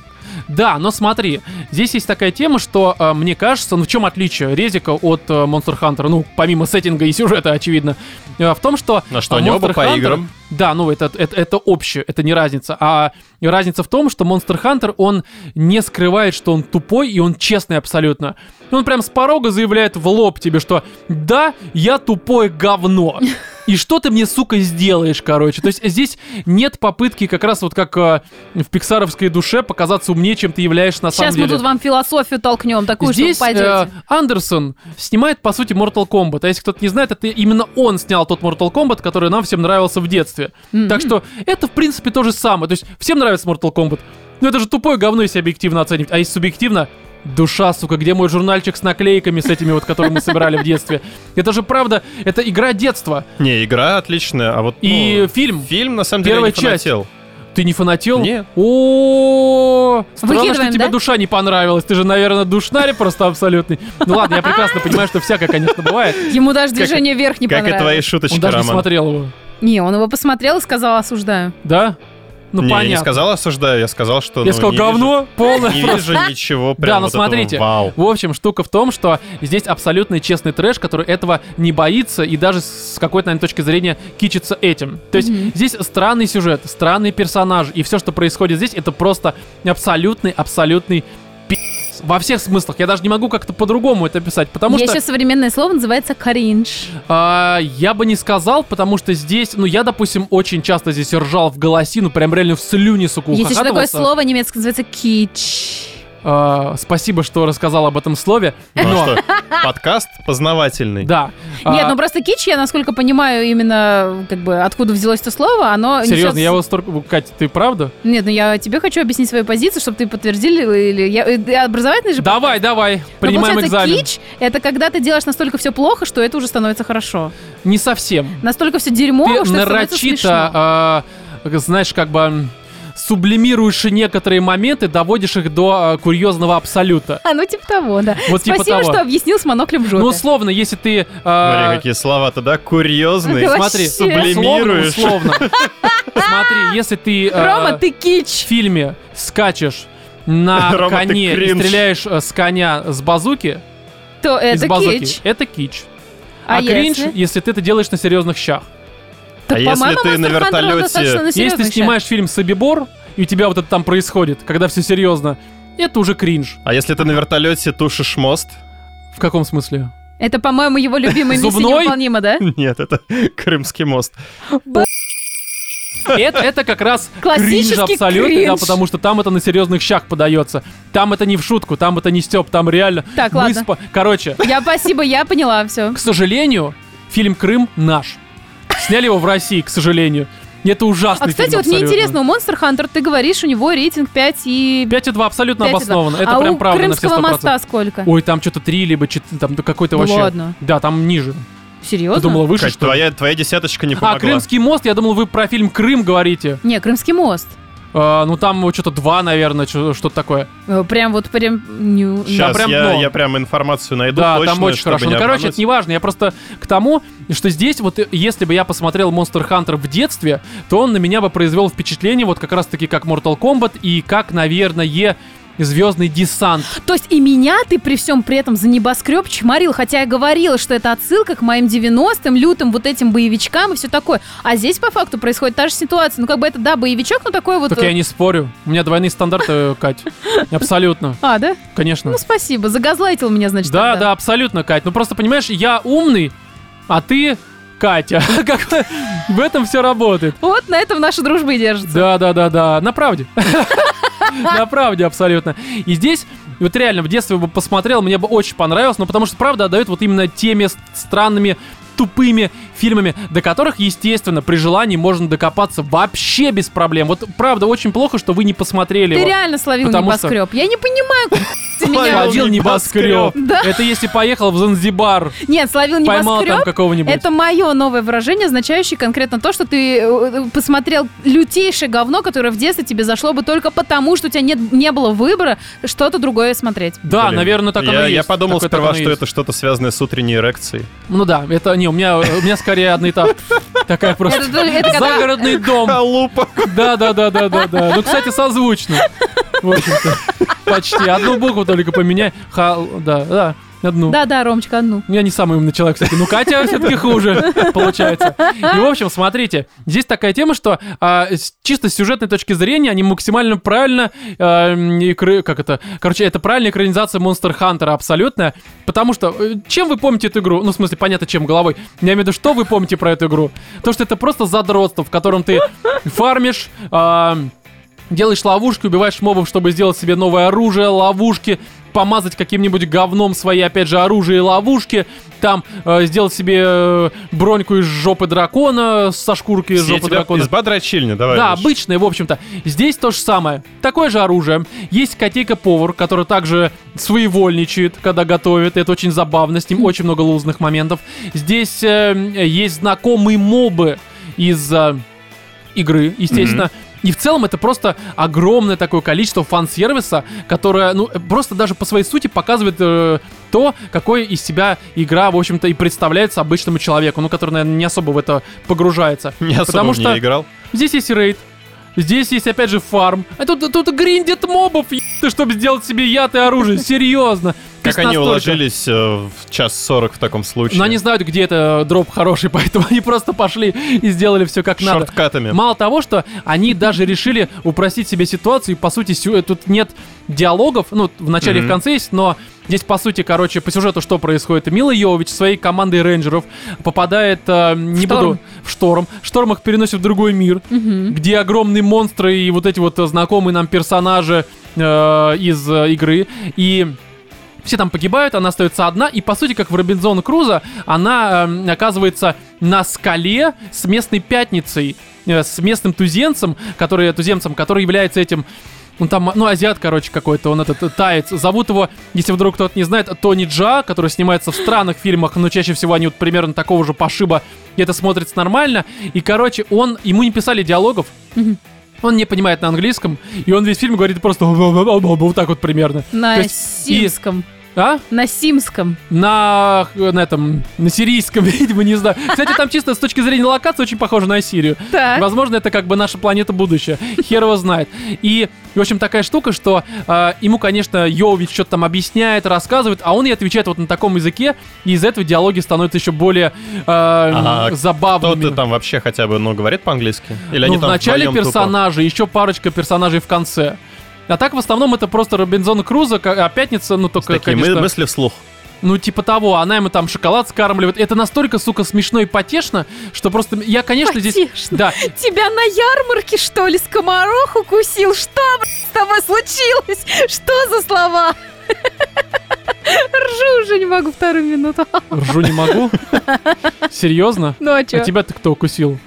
Да, но смотри, здесь есть такая тема, что э, мне кажется, ну в чем отличие Резика от э, Monster Hunter, ну помимо сеттинга и сюжета, очевидно, э, в том, что... На что э, они оба Monster по Hunter- играм. Да, ну это, это, это общее, это не разница. А разница в том, что Monster Hunter, он не скрывает, что он тупой и он честный абсолютно. Он прям с порога заявляет в лоб тебе, что да, я тупое говно. И что ты мне, сука, сделаешь, короче? То есть здесь нет попытки как раз вот как э, в пиксаровской душе показаться умнее, чем ты являешься на самом Сейчас деле. мы тут вам философию толкнем, такую, Здесь что вы пойдете. э, Андерсон снимает, по сути, Mortal Kombat. А если кто-то не знает, это именно он снял тот Mortal Kombat, который нам всем нравился в детстве. Мгм. Так что это, в принципе, то же самое. То есть всем нравится Mortal Kombat. Но это же тупое говно, если объективно оценивать. А если субъективно, душа, сука, где мой журнальчик с наклейками, с этими вот, которые мы собирали в детстве? Это же правда, это игра детства. Не, игра отличная, а вот И ну, фильм. фильм на самом деле я Первая не часть. фанател. Ты не фанател? Нет. О, странно, что Выкидываем, тебе да? душа не понравилась. Ты же, наверное, душнарь просто абсолютный. Ну ладно, я прекрасно понимаю, что всякое, конечно, бывает. Ему даже движение вверх не Как и твои понравилось. шуточки, Он даже не Роман. смотрел его. Не, он его посмотрел и сказал, осуждаю. Да? Ну не, я не понятно. сказал осуждаю, я сказал, что... ну, Я сказал, не говно, вижу- полное. Не вижу ничего прям ну вот этого смотрите. вау. В общем, штука в том, что здесь абсолютно честный трэш, который этого не боится и даже с какой-то, наверное, точки зрения кичится этим. То есть Мгм. здесь странный сюжет, странный персонаж, и все, что происходит здесь, это просто абсолютный, абсолютный пи***ц. во всех смыслах. Я даже не могу как-то по-другому это писать, потому Есть что еще современное слово, называется кринж. а, я бы не сказал, потому что здесь, ну я, допустим, очень часто здесь ржал в голосину, прям реально в слюне, сука, Есть еще такое ухахатывался. слово немецкое, называется кич. А, спасибо, что рассказал об этом слове. Ну Но, а что, подкаст познавательный. да. Нет, А, ну просто кич, я насколько понимаю, именно как бы откуда взялось это слово, оно Серьезно, несёт- я вас только... Катя, ты правда? Нет, ну я тебе хочу объяснить свою позицию, чтобы ты подтвердили или я э, ты образовательный же. Давай, давай, Но принимаем получается, экзамен. кич — это когда ты делаешь настолько все плохо, что это уже становится хорошо. Не совсем. Настолько все дерьмово, ты что становится нарочито, смешно. а, знаешь, как бы м, сублимируешь некоторые моменты, доводишь их до а, курьезного абсолюта. А, ну типа того, да. Вот типа Спасибо, того. что объяснил с моноклем в жопе. Ну, условно, если ты... а, Смотри, какие слова-то, да, курьезные. Вообще. смотри, Сублимируешь. Условно, условно. Смотри, если ты... а, Рома, ты в кич! фильме скачешь на Рома, ты коне и кринж. стреляешь э, с коня с базуки, То из это базуки, кич. это кич. А, А, кринж, если? если ты это делаешь на серьезных щах. А если По-моему, ты на Monster Hunter он достаточно вертолете... Если на ты серьёзных снимаешь фильм Собибор, и у тебя вот это там происходит, когда все серьезно, это уже кринж. А если ты на вертолете тушишь мост? В каком смысле? щах. Это, по-моему, его любимый миссия Зубной? невыполнима, да? Нет, это Крымский мост. Это, это как раз кринж Классический абсолютно, да, кринж. потому что там это на серьезных щах подается. Там это не в шутку, там это не Степ, там реально. Так, мы ладно. спа- Короче, Я спасибо, я поняла все. к сожалению, фильм Крым наш. Сняли его в России, к сожалению. Это ужасно. А, кстати, вот мне интересно, у Monster Hunter, ты говоришь, у него рейтинг 5 и... 5,2 абсолютно 5,2. обоснованно. Это а прям у правда Крымского на все 100%. моста сколько? Ой, там что-то 3, либо 4, там да какой-то Да вообще. ладно. Да, там ниже. Серьезно? Ты думала, выше, Кать, что ли? твоя, твоя десяточка не помогла. А, Крымский мост, я думал, вы про фильм Крым говорите. Не, Крымский мост. А, ну там вот что-то 2, наверное, чё- что-то такое. Э, Прям вот прям... ню- Сейчас прям я, дно. я прям информацию найду да, точно, там очень чтобы хорошо. не ну, короче, обмануть. это не важно. Я просто к тому, что здесь, вот э, если бы я посмотрел Monster Hunter в детстве, то он на меня бы произвел впечатление, вот как раз-таки как Mortal Kombat и как, наверное, Звездный десант. То есть и меня ты при всем при этом за небоскреб чморил, хотя я говорила, что это отсылка к моим 90-м, лютым вот этим боевичкам и все такое. А здесь по факту происходит та же ситуация. Ну как бы это, да, боевичок, но такой вот... э, Только я не спорю. У меня двойные стандарты, э, Кать. Абсолютно. А, да? Конечно. Ну спасибо, загазлайтил меня, значит. Да, тогда. да, абсолютно, Кать. Ну просто понимаешь, я умный, а ты Катя. Как в этом все работает. Вот на этом наша дружба и держится. Да, да, да, да. На правде. На правде абсолютно. И здесь, вот реально, в детстве бы посмотрел, мне бы очень понравилось, но потому что правда отдает вот именно теми с- странными тупыми фильмами, до которых, естественно, при желании можно докопаться вообще без проблем. Вот правда, очень плохо, что вы не посмотрели Ты его. реально словил Потому что- небоскреб. Я не понимаю, куда ты меня... Поймал. Ходил небоскреб. небоскреб. Да. Это если поехал в Занзибар, Нет, словил поймал там небоскреб. какого-нибудь. Это мое новое выражение, означающее конкретно то, что ты э, посмотрел лютейшее говно, которое в детстве тебе зашло бы только потому, что у тебя нет, не было выбора что-то другое смотреть. Да, Блин, наверное, так я, оно и есть. Я подумал Такое- так сперва, оно и что есть. это что-то связанное с утренней эрекцией. Ну да, это не, у меня, у меня скорее одноэтажка. Такая просто... Это- это когда- Загородный дом. Халупа. Да, да, да, да, да, да. Ну, кстати, созвучно. В общем-то. Почти. Одну букву только поменяй. Ха, да, да. Одну. Да-да, Ромочка, а ну. одну. Я не самый умный человек, кстати. Ну, Катя все-таки хуже получается. И, в общем, смотрите, здесь такая тема, что а, с чисто с сюжетной точки зрения они максимально правильно... а, м, экра- Как это? Короче, это правильная экранизация Monster Hunter абсолютно. Потому что... э, Чем вы помните эту игру? Ну, в смысле, понятно, чем головой. Я имею в виду, что вы помните про эту игру? То, что это просто задротство, в котором ты фармишь... а, Делаешь ловушки, убиваешь мобов, чтобы сделать себе новое оружие, ловушки, помазать каким-нибудь говном свои, опять же, оружие и ловушки, там э, сделать себе э, броньку из жопы дракона, со шкурки из Я жопы тебя дракона. Изба дрочильня, давай. Да, Миш. обычные, в общем-то. Здесь то же самое. Такое же оружие. Есть котейка-повар, который также своевольничает, когда готовит. Это очень забавно, с ним очень много лузных моментов. Здесь э, есть знакомые мобы из э, игры, естественно. И в целом это просто огромное такое количество фан-сервиса, которое, ну, просто даже по своей сути показывает э, то, какой из себя игра, в общем-то, и представляется обычному человеку, ну, который, наверное, не особо в это погружается. Не особо Потому в что нее играл. Здесь есть рейд. Здесь есть, опять же, фарм. А тут, тут гриндят мобов, ты, чтобы сделать себе яд и оружие. Серьезно. То есть Как они настолько- уложились э, в час сорок в таком случае? Но они знают, где это дроп хороший, поэтому они просто пошли и сделали все как надо. Шорткатами. Мало того, что они даже решили упростить себе ситуацию, и по сути сю- тут нет диалогов, ну, в начале и в Мгм. конце есть, но здесь, по сути, короче, по сюжету что происходит? Мила Йович со своей командой рейнджеров попадает, э, не Шторм. буду, в шторм. Шторм их переносит в другой мир, Мгм. где огромные монстры и вот эти вот э, знакомые нам персонажи э, из э, игры. И все там погибают, она остается одна, и по сути, как в Робинзон Круза, она эм, оказывается на скале с местной пятницей, э, с местным туземцем, который, туземцем, который является этим ну там, ну, азиат, короче, какой-то, он этот э, таец. Зовут его, если вдруг кто-то не знает, Тони Джа, который снимается в странных фильмах, но чаще всего они вот примерно такого же пошиба, и это смотрится нормально. И, короче, он, ему не писали диалогов, Мгм. он не понимает на английском, и он весь фильм говорит просто вот так вот примерно. То На есть и- симском. А? На симском. на, на этом, на сирийском, видимо, не знаю. Кстати, там чисто с точки зрения локации очень похоже на Сирию. Так. Возможно, это как бы наша планета будущее. Хер его знает. И, в общем, такая штука, что э, ему, конечно, Йович что-то там объясняет, рассказывает, а он и отвечает вот на таком языке, и из этого диалоги становятся еще более э, А забавными. Кто-то там вообще хотя бы, ну, говорит по-английски? Или они ну, там в начале вдвоем тупо? персонажи, еще парочка персонажей в конце. А так, в основном, это просто Робинзон Крузо, ка- а пятница, ну, только, Такие мы- конечно... мысли вслух. Ну, типа того, она ему там шоколад скармливает. Это настолько, сука, смешно и потешно, что просто... Я, конечно, здесь... Потешно. Да, Тебя на ярмарке, что ли, скоморох укусил? Что, блядь, с тобой случилось? Что за слова? Ржу уже не могу вторую минуту. ржу не могу. Серьезно? Ну а А чё? тебя-то кто укусил?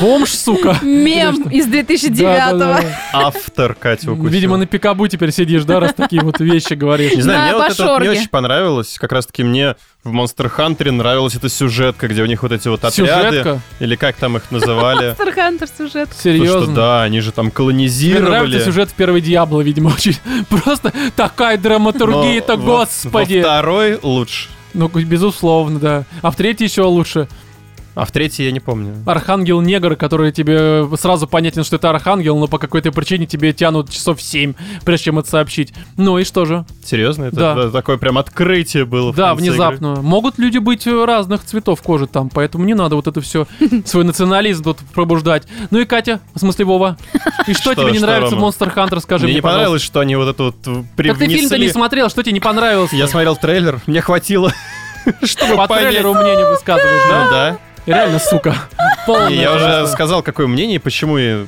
Бомж, сука. Мем из Да, да, 2009-го. да. Автор Катя укусил. Видимо, на пикабу теперь сидишь, да, раз такие вот вещи говоришь. Не знаю, На мне вот это вот не башорге. очень понравилось. Как раз-таки мне в Monster Hunter нравилась эта сюжетка, где у них вот эти вот отряды. Сюжетка? Или как там их называли. Monster Hunter сюжет. То, что Серьезно. да, они же там Мне нравится колонизировали. сюжет в первой Диабло, видимо, очень. Просто такая драматургия-то, Но во- господи. Во второй лучше. Ну, безусловно, да. А в третьей еще лучше. А в третьей я не помню. Архангел негр, который тебе э, сразу понятен, что это архангел, но по какой-то причине тебе тянут часов 7, прежде чем это сообщить. Ну и что же? Серьезно? Это Да. да, такое прям открытие было. в да, конце игры. внезапно. Могут люди быть э, разных цветов кожи там, поэтому не надо вот это все свой национализм тут пробуждать. Ну и Катя, в смысле Вова. И что Что, тебе не что, нравится в Рома? Monster Hunter, скажи мне, Мне не пожалуйста. понравилось, что они вот это вот Так ты фильм-то не привнесли. смотрел, что тебе не понравилось? Я смотрел трейлер, мне хватило, чтобы По понять. трейлеру мнение высказываешь, Ну да? да. Реально, сука. Полная И я уже просто. сказал, какое мнение, и почему и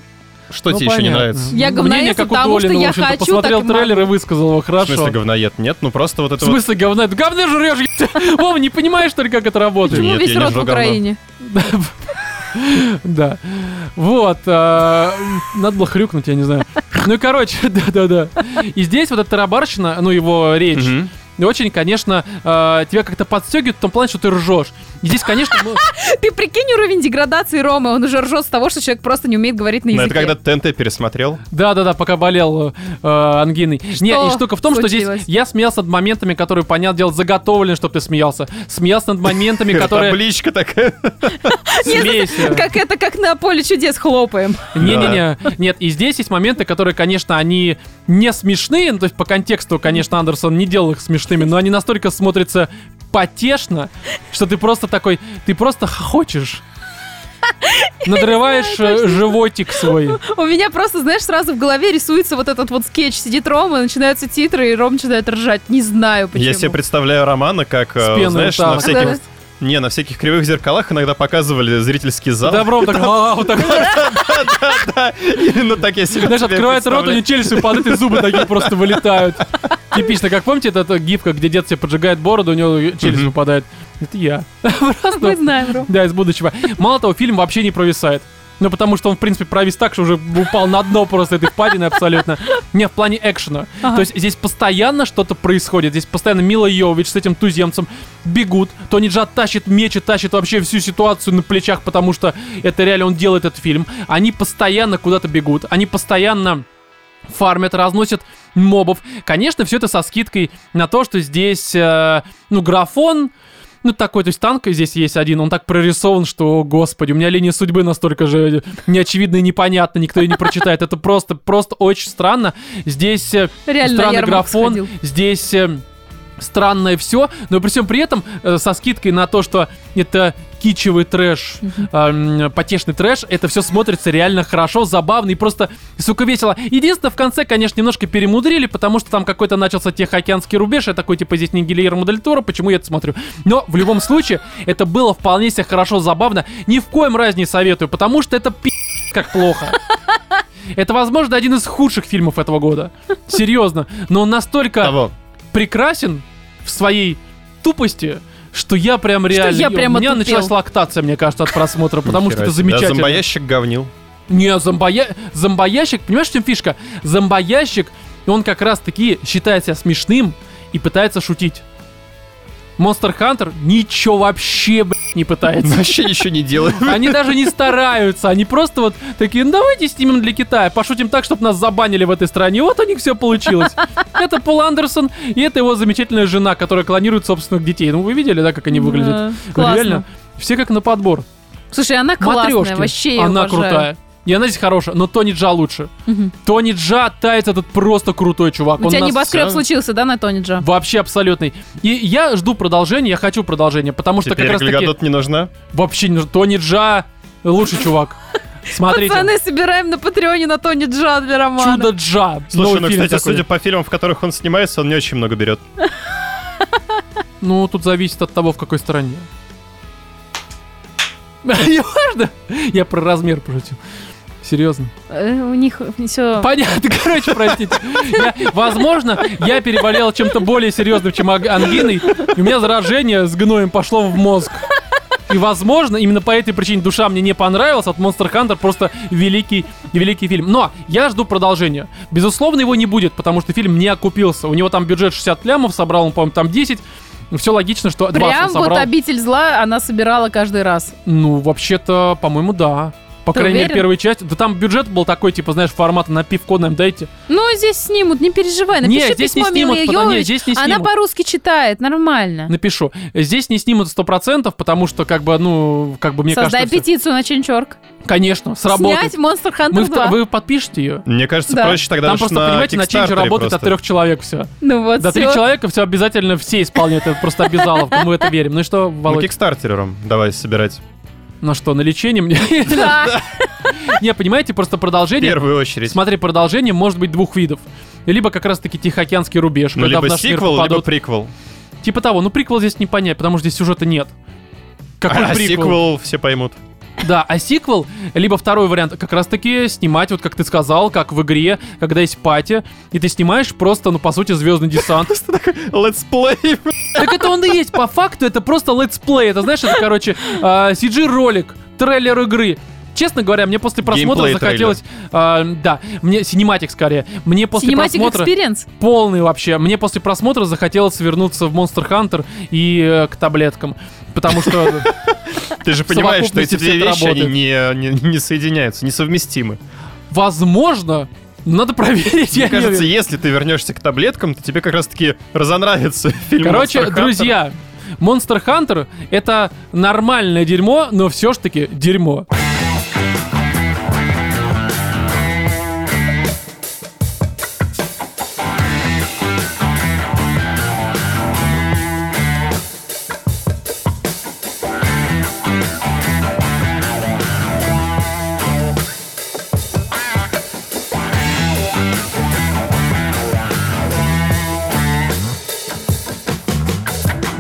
что Ну, тебе еще не понятно. нравится. Я Мнение, говноед, как у потому что Долина, в я общем-то, хочу, посмотрел так и могу. трейлер и высказал его, В смысле хорошо. говноед? Нет, ну просто вот В это вот... смысле говна? Это говно жрешь, ебать. Вова, не понимаешь, что ли, как это работает? Почему Нет, весь я не рот в жру говно. Украине? Да. Вот. а, Надо было хрюкнуть, я не знаю. Ну и короче, да-да-да. И здесь вот эта тарабарщина, ну его речь, Мгм. э, очень, конечно, а, тебя как-то подстегивает в том плане, что ты ржешь. Здесь, конечно, мы- Ты прикинь уровень деградации Ромы, он уже ржет с того, что человек просто не умеет говорить на Но языке. это Ну, когда ТНТ пересмотрел. Да-да-да, пока болел э, э, ангиной. Не, и штука в том, что случилось? здесь я смеялся над моментами, которые, понятное дело, заготовлены, чтобы ты смеялся. Смеялся над моментами, которые... Табличка такая. Не, ну, Смейся. Как это, как на поле чудес хлопаем. Не-не-не. Нет, и здесь есть моменты, которые, конечно, они не смешные. Ну, то есть по контексту, конечно, Андерсон не делал их смешными, но они настолько смотрятся потешно, что ты просто такой... Ты просто хочешь. Надрываешь э, животик свой. У меня просто, знаешь, сразу в голове рисуется вот этот вот скетч. Сидит Рома, начинаются титры, и Ром начинает ржать. Не знаю почему. Я себе представляю Романа, как, С э, пеной знаешь, у на танка. всяких... Не, на всяких кривых зеркалах иногда показывали зрительский зал. Добро так, «А-а-а», вот так вот. Да-да-да. Именно ну, так я себе Знаешь, себе открывается рот, у представляю. него челюсть выпадает, и зубы такие просто вылетают. Типично, как помните, это- это гифка, где дед себе поджигает бороду, у него челюсть Мгм. выпадает. Это я. Мы знаем, Ром. Да, из будущего. Мало того, фильм вообще не провисает. Ну, потому что он, в принципе, провис так, что уже упал на дно просто этой впадины абсолютно. Не, в плане экшена. Ага. То есть здесь постоянно что-то происходит. Здесь постоянно Мила Йович с этим туземцем бегут. Тони Джа тащит меч и тащит вообще всю ситуацию на плечах, потому что это реально он делает этот фильм. Они постоянно куда-то бегут. Они постоянно фармят, разносят мобов. Конечно, все это со скидкой на то, что здесь, э, ну, графон, ну, такой, то есть танк здесь есть один, он так прорисован, что, о, господи, у меня линия судьбы настолько же неочевидна и непонятна, никто ее не прочитает. Это просто, просто очень странно. Здесь э, Реально, странный Ярмак графон, сходил. здесь... э, Странное все, но при всем при этом э, со скидкой на то, что это кичевый трэш, эм, потешный трэш, это все смотрится реально хорошо, забавно и просто, сука, весело. Единственное, в конце, конечно, немножко перемудрили, потому что там какой-то начался техоокеанский рубеж, я такой, типа, здесь не Гильермо Дель Торо, почему я это смотрю? Но в любом случае, это было вполне себе хорошо, забавно. Ни в коем разе не советую, потому что это пи***, как плохо. Это, возможно, один из худших фильмов этого года. Серьезно. Но он настолько Того. прекрасен в своей тупости, что я прям реально... я прямо у меня тупел. началась лактация, мне кажется, от просмотра, потому что Нихера это себе. Да, замечательно. зомбоящик говнил. Не, а зомбоя... зомбоящик, понимаешь, в чем фишка? Зомбоящик, он как раз-таки считает себя смешным и пытается шутить. Монстр Хантер ничего вообще, блядь, не пытается. Вообще ничего не делает. Они даже не стараются, они просто вот такие, ну давайте снимем для Китая, пошутим так, чтобы нас забанили в этой стране. Вот у них все получилось. Это Пол Андерсон, и это его замечательная жена, которая клонирует собственных детей. Ну вы видели, да, как они выглядят? Да, Ну, классно. Реально, все как на подбор. Слушай, она классная, Матрешки. вообще я Она уважаю. крутая. И она здесь хорошая, но Тони Джа лучше. Мгм. Тони Джа Тайц этот просто крутой чувак. У Он тебя нас небоскреб вся- случился, да, на Тони Джа? Вообще абсолютный. И я жду продолжения, я хочу продолжения, потому что Теперь как раз таки Гальгадот не нужна. вообще не- Тони Джа лучший чувак. Смотрите. Пацаны, собираем на Патреоне на Тони Джа для романа. Чудо Джа. Слушай, Новый ну, фильм кстати, такой. судя по фильмам, в которых он снимается, он не очень много берет. Ну, тут зависит от того, в какой стране. Не важно. Я про размер пошутил. Серьезно. Э, У них все... Понятно, короче, простите. Я- возможно, я переболел чем-то более серьезным, чем аг- ангиной. и у меня заражение с гноем пошло в мозг. И, возможно, именно по этой причине душа мне не понравилась, от Monster Hunter просто великий, великий фильм. Но я жду продолжения. Безусловно, его не будет, потому что фильм не окупился. У него там бюджет 60 лямов, собрал он, по-моему, там 10. Все логично, что 20 он Прям вот собрал. обитель зла она собирала каждый раз. Ну, вообще-то, по-моему, да. По Ты крайней мере, уверен? первая часть. Да там бюджет был такой, типа, знаешь, формата на пивко нам дайте. Ну, здесь снимут, не переживай. Напиши Нет, здесь не письмо снимут, Миле пацаны, Йовович, здесь не Она снимут. Ну, по-русски читает, нормально. напишу. Здесь не снимут 100%, потому что, как бы, ну, как бы, мне Создай кажется... всё- петицию на Ченчорк. Конечно, сработает. Снять Monster Мы Hunter в- 2. вы подпишете ее? Мне кажется, Да. проще тогда Там уж просто, на понимаете, на ченче Kickstarter работает просто. от трех человек все. Ну вот, До трех всё. человека все обязательно все исполняют. Это просто обязаловка, мы в это верим. Ну и что, Ну, Володь? кикстартерером давай собирать. На что, на лечение мне? Да. Не, понимаете, просто В продолжение... первую очередь. Смотри, продолжение может быть двух видов. Либо как раз-таки Тихоокеанский рубеж, Ну, когда в либо наш мир сиквел, либо попадут- приквел. Типа того, ну приквел здесь не понять, потому что здесь сюжета нет. Какой А приквел? сиквел все поймут. Да, а сиквел, либо второй вариант, как раз-таки снимать, вот как ты сказал, как в игре, когда есть пати, и ты снимаешь просто, ну, по сути, звездный десант. Летсплей. Так это он и есть, по факту, это просто летсплей. Это, знаешь, это, короче, CG-ролик, а, трейлер игры. честно говоря, мне после просмотра Геймплей захотелось... а, да, мне... Синематик скорее. Мне после Cinematic просмотра... Experience. Полный вообще. Мне после просмотра захотелось вернуться в Monster Hunter и э, к таблеткам. Потому что... Ты же понимаешь, что эти совокупности две всё это вещи, они работает. не, не, не соединяются, несовместимы. Возможно, надо проверить. я Мне не кажется, уверен. если ты вернешься к таблеткам, то тебе как раз-таки разонравится фильм Короче, «Монстр Хантер». друзья, Monster Hunter это нормальное дерьмо, но все ж таки дерьмо.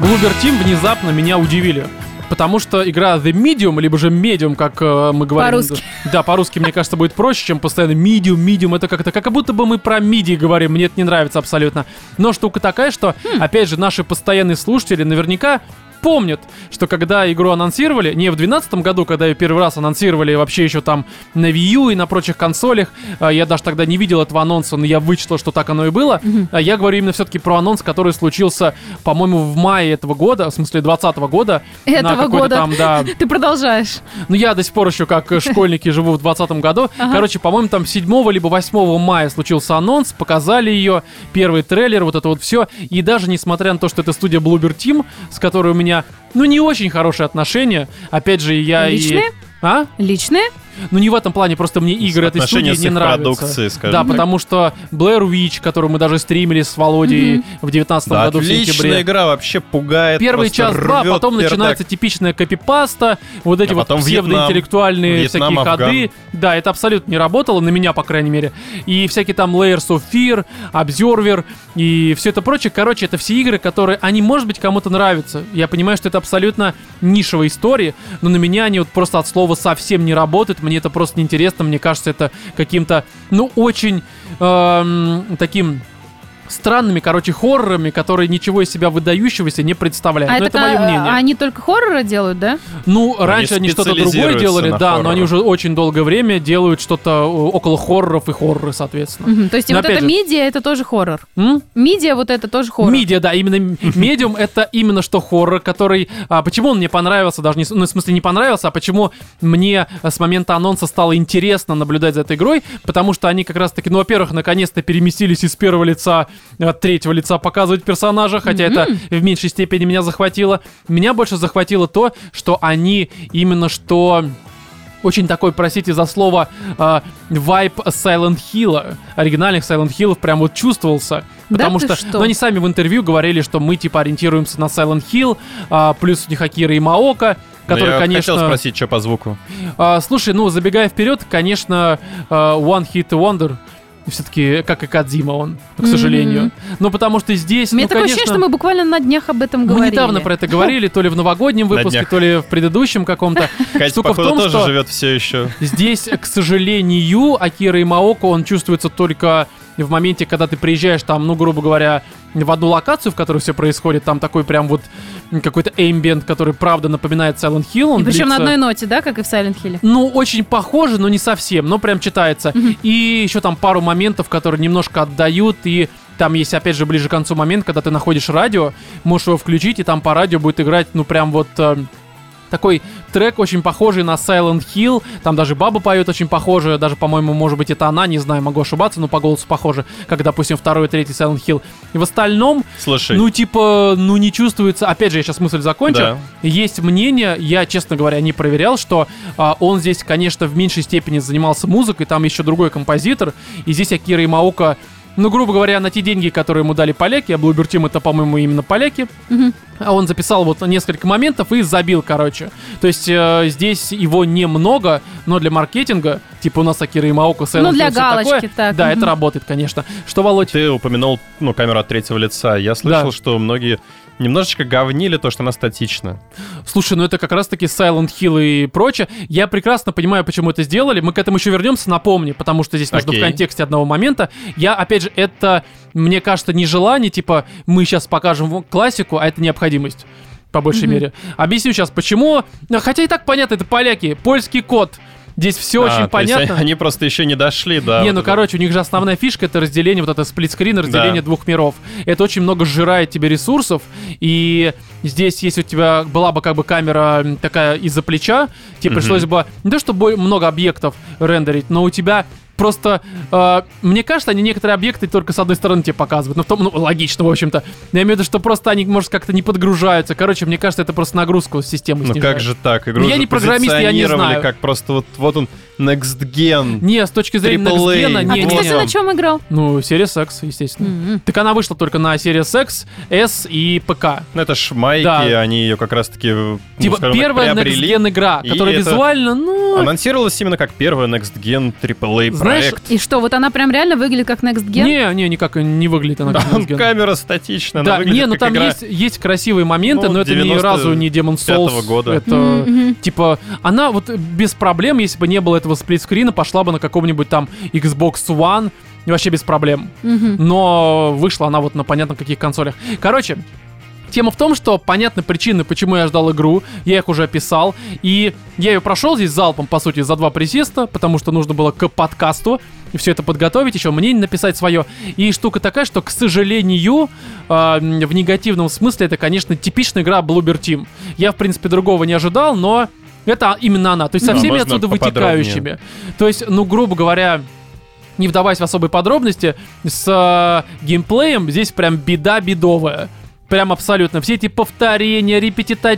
Bloober Team внезапно меня удивили. Потому что игра The Medium, либо же Medium, как э, мы говорим. По-русски. Да, по-русски, мне кажется, будет проще, чем постоянно Medium, Medium. Это как-то как будто бы мы про MIDI говорим. Мне это не нравится абсолютно. Но штука такая, что, Хм. опять же, наши постоянные слушатели наверняка помнят, что когда игру анонсировали, не в 2012 году, когда ее первый раз анонсировали, а вообще еще там на Wii U и на прочих консолях, а, я даже тогда не видел этого анонса, но я вычитал, что так оно и было. А Я говорю именно все-таки про анонс, который случился, по-моему, в мае этого года, в смысле 2020 года. на Этого какой-то года. Там, да, Ты продолжаешь. ну, я до сих пор еще как э, школьники живу в 2020 году. Ага. Короче, по-моему, там 7 либо 8 мая случился анонс, показали ее, первый трейлер, вот это вот все. И даже несмотря на то, что это студия Bloober Team, с которой у меня, ну, не очень хорошие отношения, опять же, я и... Личные? А? Личные? Ну не в этом плане, просто мне игры этой Отношения студии с не их нравятся. продукцией, скажем да, так. потому что Blair Witch, которую мы даже стримили с Володей в 19 Да, году в отличная сентябре. игра, вообще пугает. Первый просто час-два, рвет потом пердак. начинается типичная копипаста, вот эти А вот потом Вьетнам. псевдоинтеллектуальные Вьетнам, всякие Афган. ходы. Да, это абсолютно не работало, на меня, по крайней мере. И всякие там Layers of Fear, Observer и все это прочее. Короче, это все игры, которые, они, может быть, кому-то нравятся. Я понимаю, что это абсолютно нишевая история, но на меня они вот просто от слова совсем не работают. Мне это просто неинтересно, мне кажется, это каким-то, ну, очень эм, таким странными, короче, хоррорами, которые ничего из себя выдающегося не представляют. А Но это Ну, это ка- мое мнение. а они только хорроры делают, да? Ну, раньше они что-то другое специализируются делали, на да, но они хоррорах. уже очень долгое время делают что-то э, около хорроров и хорроры, соответственно. Мгм. То есть и Но Ну, вот опять это же- медиа, это тоже хоррор. М? Медиа вот это тоже хоррор. Мидия, да, именно м- медиум это именно что хоррор, который. а, почему он мне понравился, даже не с- ну, в смысле, не понравился, а почему мне а, с момента анонса стало интересно наблюдать за этой игрой, потому что они как раз-таки, ну, во-первых, наконец-то переместились из первого лица, от третьего лица показывать персонажа, хотя это в меньшей степени меня захватило. Меня больше захватило то, что они именно что очень такой, простите за слово, э, вайп Silent Hill, оригинальных Silent Hill прям вот чувствовался. Да Потому ты что, что? ну, они сами в интервью говорили, что мы, типа, ориентируемся на Silent Hill, а, плюс Нихакира и Маока, Но которые, Ну, я конечно... хотел спросить, что по звуку. А, слушай, ну, забегая вперед, конечно, э, One Hit Wonder все-таки, как и Кадзима он, к сожалению. Ну, потому что здесь, У меня ну, такое конечно... ощущение, что мы буквально на днях об этом говорили. Мы недавно про это говорили, то ли в новогоднем На выпуске, днях. то ли в предыдущем каком-то. Катя, Штука в походу, том, тоже что- живет все еще. Здесь, к сожалению, Акира и Маоко, он чувствуется только в моменте, когда ты приезжаешь там, ну, грубо говоря, в одну локацию, в которой все происходит, там такой прям вот какой-то эмбиент, который правда напоминает Silent Hill. Он И причем на длится- одной ноте, да, как и в Silent Hill. ну, очень похоже, но не совсем, но прям читается. И еще там пару моментов, которые немножко отдают, и там есть, опять же, ближе к концу момент, когда ты находишь радио, можешь его включить, и там по радио будет играть, ну, прям вот... э, такой трек очень похожий на Silent Hill. Там даже баба поет очень похоже. Даже, по-моему, может быть, это она, не знаю, могу ошибаться, но по голосу похоже, как, допустим, второй и третий Silent Hill. И в остальном Слушай, ну, типа, ну не чувствуется. Опять же, я сейчас мысль закончу. Да. Есть мнение, я, честно говоря, не проверял, что а, он здесь, конечно, в меньшей степени занимался музыкой, там еще другой композитор. И здесь Акира и Маука. Ну, грубо говоря, на те деньги, которые ему дали поляки, а Блубер Тим это, по-моему, именно поляки, а он записал вот несколько моментов и забил, короче. То есть э, здесь его немного, но для маркетинга, типа у нас Акира и Маука, Silent Ну, для Hill, всё такое. галочки, так, Да, мгм. это работает, конечно. Что, Володь? ты упомянул ну, камеру от третьего лица. Я слышал, Да. что многие немножечко говнили то, что она статична. Слушай, ну это как раз-таки Silent Hill и прочее. Я прекрасно понимаю, почему это сделали. Мы к этому еще вернемся, напомни, потому что здесь нужно в Окей. контексте одного момента. Я, опять же, это, мне кажется, нежелание, типа, мы сейчас покажем вам классику, а это необходимость. По большей мере. Объясню сейчас, почему. Хотя и так понятно, это поляки. Польский кот. Здесь все А, то очень есть понятно. Они, они просто еще не дошли, да. не, вот ну это. короче, у них же основная фишка это разделение, вот это сплитскрин, разделение двух миров. Это очень много сжирает тебе ресурсов, и здесь, если у тебя была бы как бы камера м, такая из-за плеча, тебе Мгм. пришлось бы не то чтобы много объектов рендерить, но у тебя просто, э, мне кажется, они некоторые объекты только с одной стороны тебе показывают, но в том, ну, логично, в общем-то. Но Я имею в виду, что просто они, может, как-то не подгружаются. Короче, мне кажется, это просто нагрузку системы Ну снижает. как же так? Игру Ну, я же не программист, я не позиционировали знаю. как просто вот, вот он, Next Gen. Не, с точки зрения AAA, Next Gen'а, А не, ты, не, кстати, не. М-м. на чем играл? Ну, серия секс, естественно. М. Так она вышла только на Series X, S и ПК. Ну это ж майки, Да. они ее как раз-таки ну, Типа скажем так, первая Next приобрели. Gen игра, и которая это- визуально, ну... Анонсировалась именно как первая Next Gen AAA Знаешь, проект. И что, вот она прям реально выглядит как Next Gen? Не, не, никак не выглядит она как Там Next Gen. ну, камера статичная, она Да, выглядит не, ну как там игра. есть, есть красивые моменты, Ну, но это ни 95-го разу не Demon Souls. года. Это Мгм, мгм. типа она вот без проблем, если бы не было этого сплитскрина, пошла бы на каком-нибудь там Xbox One и вообще без проблем. Мгм. но вышла она вот на понятно каких консолях. Короче, тема в том, что понятны причины, почему я ждал игру, я их уже описал, и я ее прошел здесь залпом, по сути, за два присеста, потому что нужно было к подкасту все это подготовить, еще мнение написать свое. И штука такая, что, к сожалению, э, м, в негативном смысле это, конечно, типичная игра Bloober Team. Я, в принципе, другого не ожидал, но это именно она. То есть со Да, всеми Ну, можно отсюда поподробнее? вытекающими. То есть, ну, грубо говоря, не вдаваясь в особые подробности, с э, геймплеем здесь прям беда бедовая. Прям абсолютно. Все эти повторения,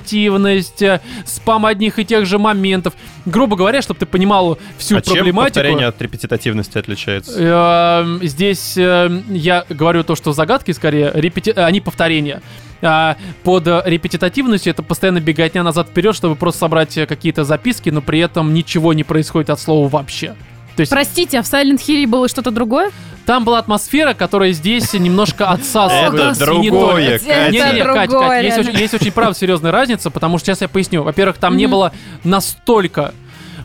репетитативность, э, спам одних и тех же моментов. Грубо говоря, чтобы ты понимал всю а чем проблематику. повторение от репетитативности отличается? Эм, Здесь э, я говорю то, что загадки скорее, репети- э, они повторения. А под э, репетитативностью это постоянно беготня назад вперед, чтобы просто собрать э, какие-то записки, но при этом ничего не происходит от слова вообще. То есть Простите, а в Silent Hill было что-то другое? там была атмосфера, которая здесь немножко А отсасывает. Это И не только. другое, Это Не, не, не, Катя. друг- Кать, другое, Кать, есть реально. очень, есть очень, правда серьезная разница, потому что сейчас я поясню. Во-первых, там не Мгм. было настолько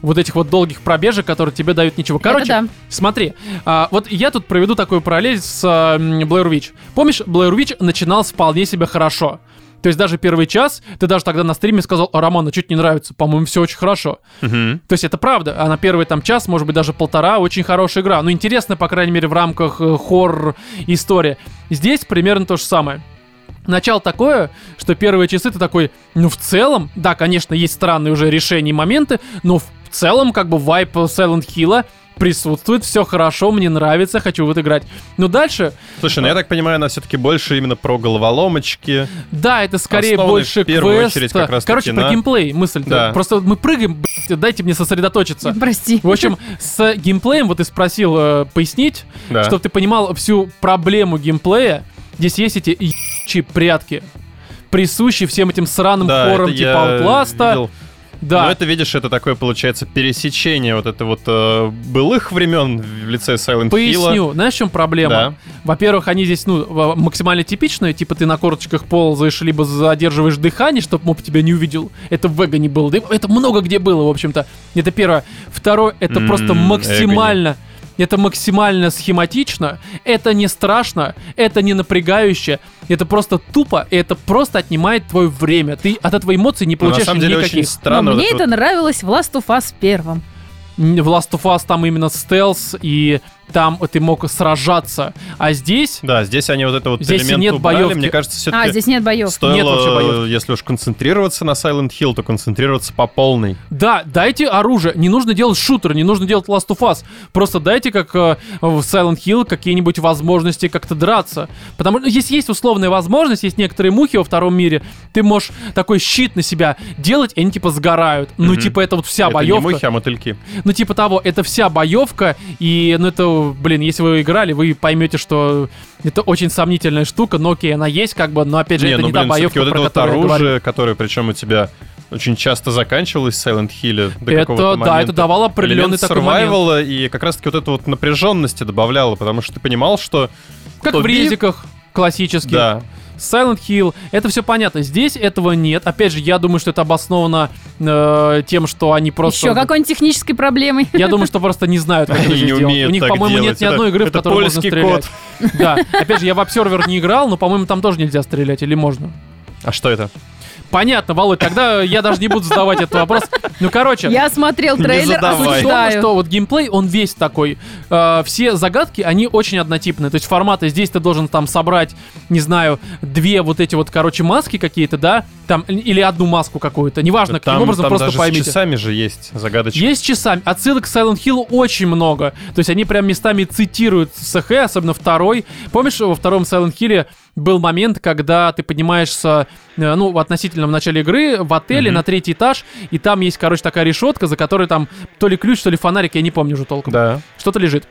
вот этих вот долгих пробежек, которые тебе дают ничего. Короче, да. смотри, а, вот я тут проведу такую параллель с а, м, Blair Witch. Помнишь, Blair Witch начинал вполне себе хорошо. То есть даже первый час, ты даже тогда на стриме сказал, «А, Роман, ну чуть не нравится, по-моему, все очень хорошо. Мгм. То есть это правда. Она первый там час, может быть, даже полтора, очень хорошая игра. Ну, интересно, по крайней мере, в рамках э, хоррор истории. Здесь примерно то же самое. Начало такое, что первые часы ты такой, ну, в целом, да, конечно, есть странные уже решения и моменты, но в целом, как бы, вайп Silent Хилла присутствует, все хорошо, мне нравится, хочу вот играть. Но дальше, Слушай, ну я так понимаю, она все-таки больше именно про головоломочки. да, это скорее Основанный больше в первую квест. очередь как раз Короче, таки про на- геймплей мысль. Да. Просто мы прыгаем, блядь, дайте мне сосредоточиться. Прости. В общем, с геймплеем, вот ты спросил э, пояснить, Да. чтобы ты понимал всю проблему геймплея. Здесь есть эти ебучие прятки, присущие всем этим сраным Да, хорам это типа я Outlast'а. видел. Да. Но это, видишь, это такое, получается, пересечение вот это вот э, былых времен в лице Silent Hill. Поясню, знаешь, в чем проблема? Да. Во-первых, они здесь, ну, в- максимально типичные, типа ты на корточках ползаешь, либо задерживаешь дыхание, чтобы моб тебя не увидел. Это в Эго не было. Да и Это много где было, в общем-то. Это первое. Второе, это М, просто Эго не. максимально. Это максимально схематично, это не страшно, это не напрягающе, это просто тупо, и это просто отнимает твое время. Ты от этого эмоций не Но Ну, на получаешь самом деле никаких. очень странно. Но вот мне это это вот- нравилось в Last of Us первом. М, В Last of Us там именно стелс, и там ты мог сражаться. А здесь Да, здесь они вот это вот Здесь и элемент нет убрали. боевки. Мне кажется, А, все-таки здесь нет боев. стоило, Нет вообще боевки. если уж концентрироваться на Silent Hill, то концентрироваться по полной. Да, дайте оружие. Не нужно делать шутер, не нужно делать Last of Us. Просто дайте, как э, в Silent Hill, какие-нибудь возможности как-то драться. Потому что если есть условная возможность, есть некоторые мухи во втором мире, ты можешь такой щит на себя делать, и они типа сгорают. Ну, Мгм. типа, это вот вся это боевка. не мухи, а мотыльки. Ну, типа того, это вся боевка, и, ну, это, блин, если вы играли, вы поймете, что это очень сомнительная штука, но окей, она есть, как бы, но, опять же, не, это ну не та блин, боевка, все-таки вот про это вот которую я говорил. оружие, которое причем у тебя очень часто заканчивалось в Silent Hill до Это, какого-то да, это момента. давало определенный элемент такой момент. survival и как раз-таки вот это вот напряженности добавляло, потому что ты понимал, что Как Кто в бит? резиках классических. да, Silent Hill, это все понятно. Здесь этого нет. Опять же, я думаю, что это обосновано э, тем, что они просто... Еще какой-нибудь технической проблемой. Я думаю, что просто не знают, как это они не сделать. умеют У них, так по-моему, делать. нет ни одной игры, в это которой можно польский стрелять. код. Да. Опять же, я в Observer не играл, но, по-моему, там тоже нельзя стрелять. Или можно? А что это? Понятно, Володь, тогда я даже не буду задавать этот вопрос. Ну, короче, Я смотрел Не трейлер, задавай. Суть в том, осуждаю. что вот геймплей, он весь такой. э, все загадки, они очень однотипные. То есть форматы здесь ты должен там собрать, не знаю, две вот эти вот, короче, маски какие-то, да? Там, или одну маску какую-то. Неважно, каким Там, образом, там просто даже поймите. с часами же есть загадочка. Есть часами. Отсылок к Silent Hill очень много. То есть они прям местами цитируют СХ, особенно второй. Помнишь, во втором Silent Hill был момент, когда ты поднимаешься, э, ну, относительно в начале игры, в отеле Мгм. на третий этаж, и там есть, короче, такая решетка, за которой там то ли ключ, то ли фонарик, я не помню уже толком. Да. Что-то лежит.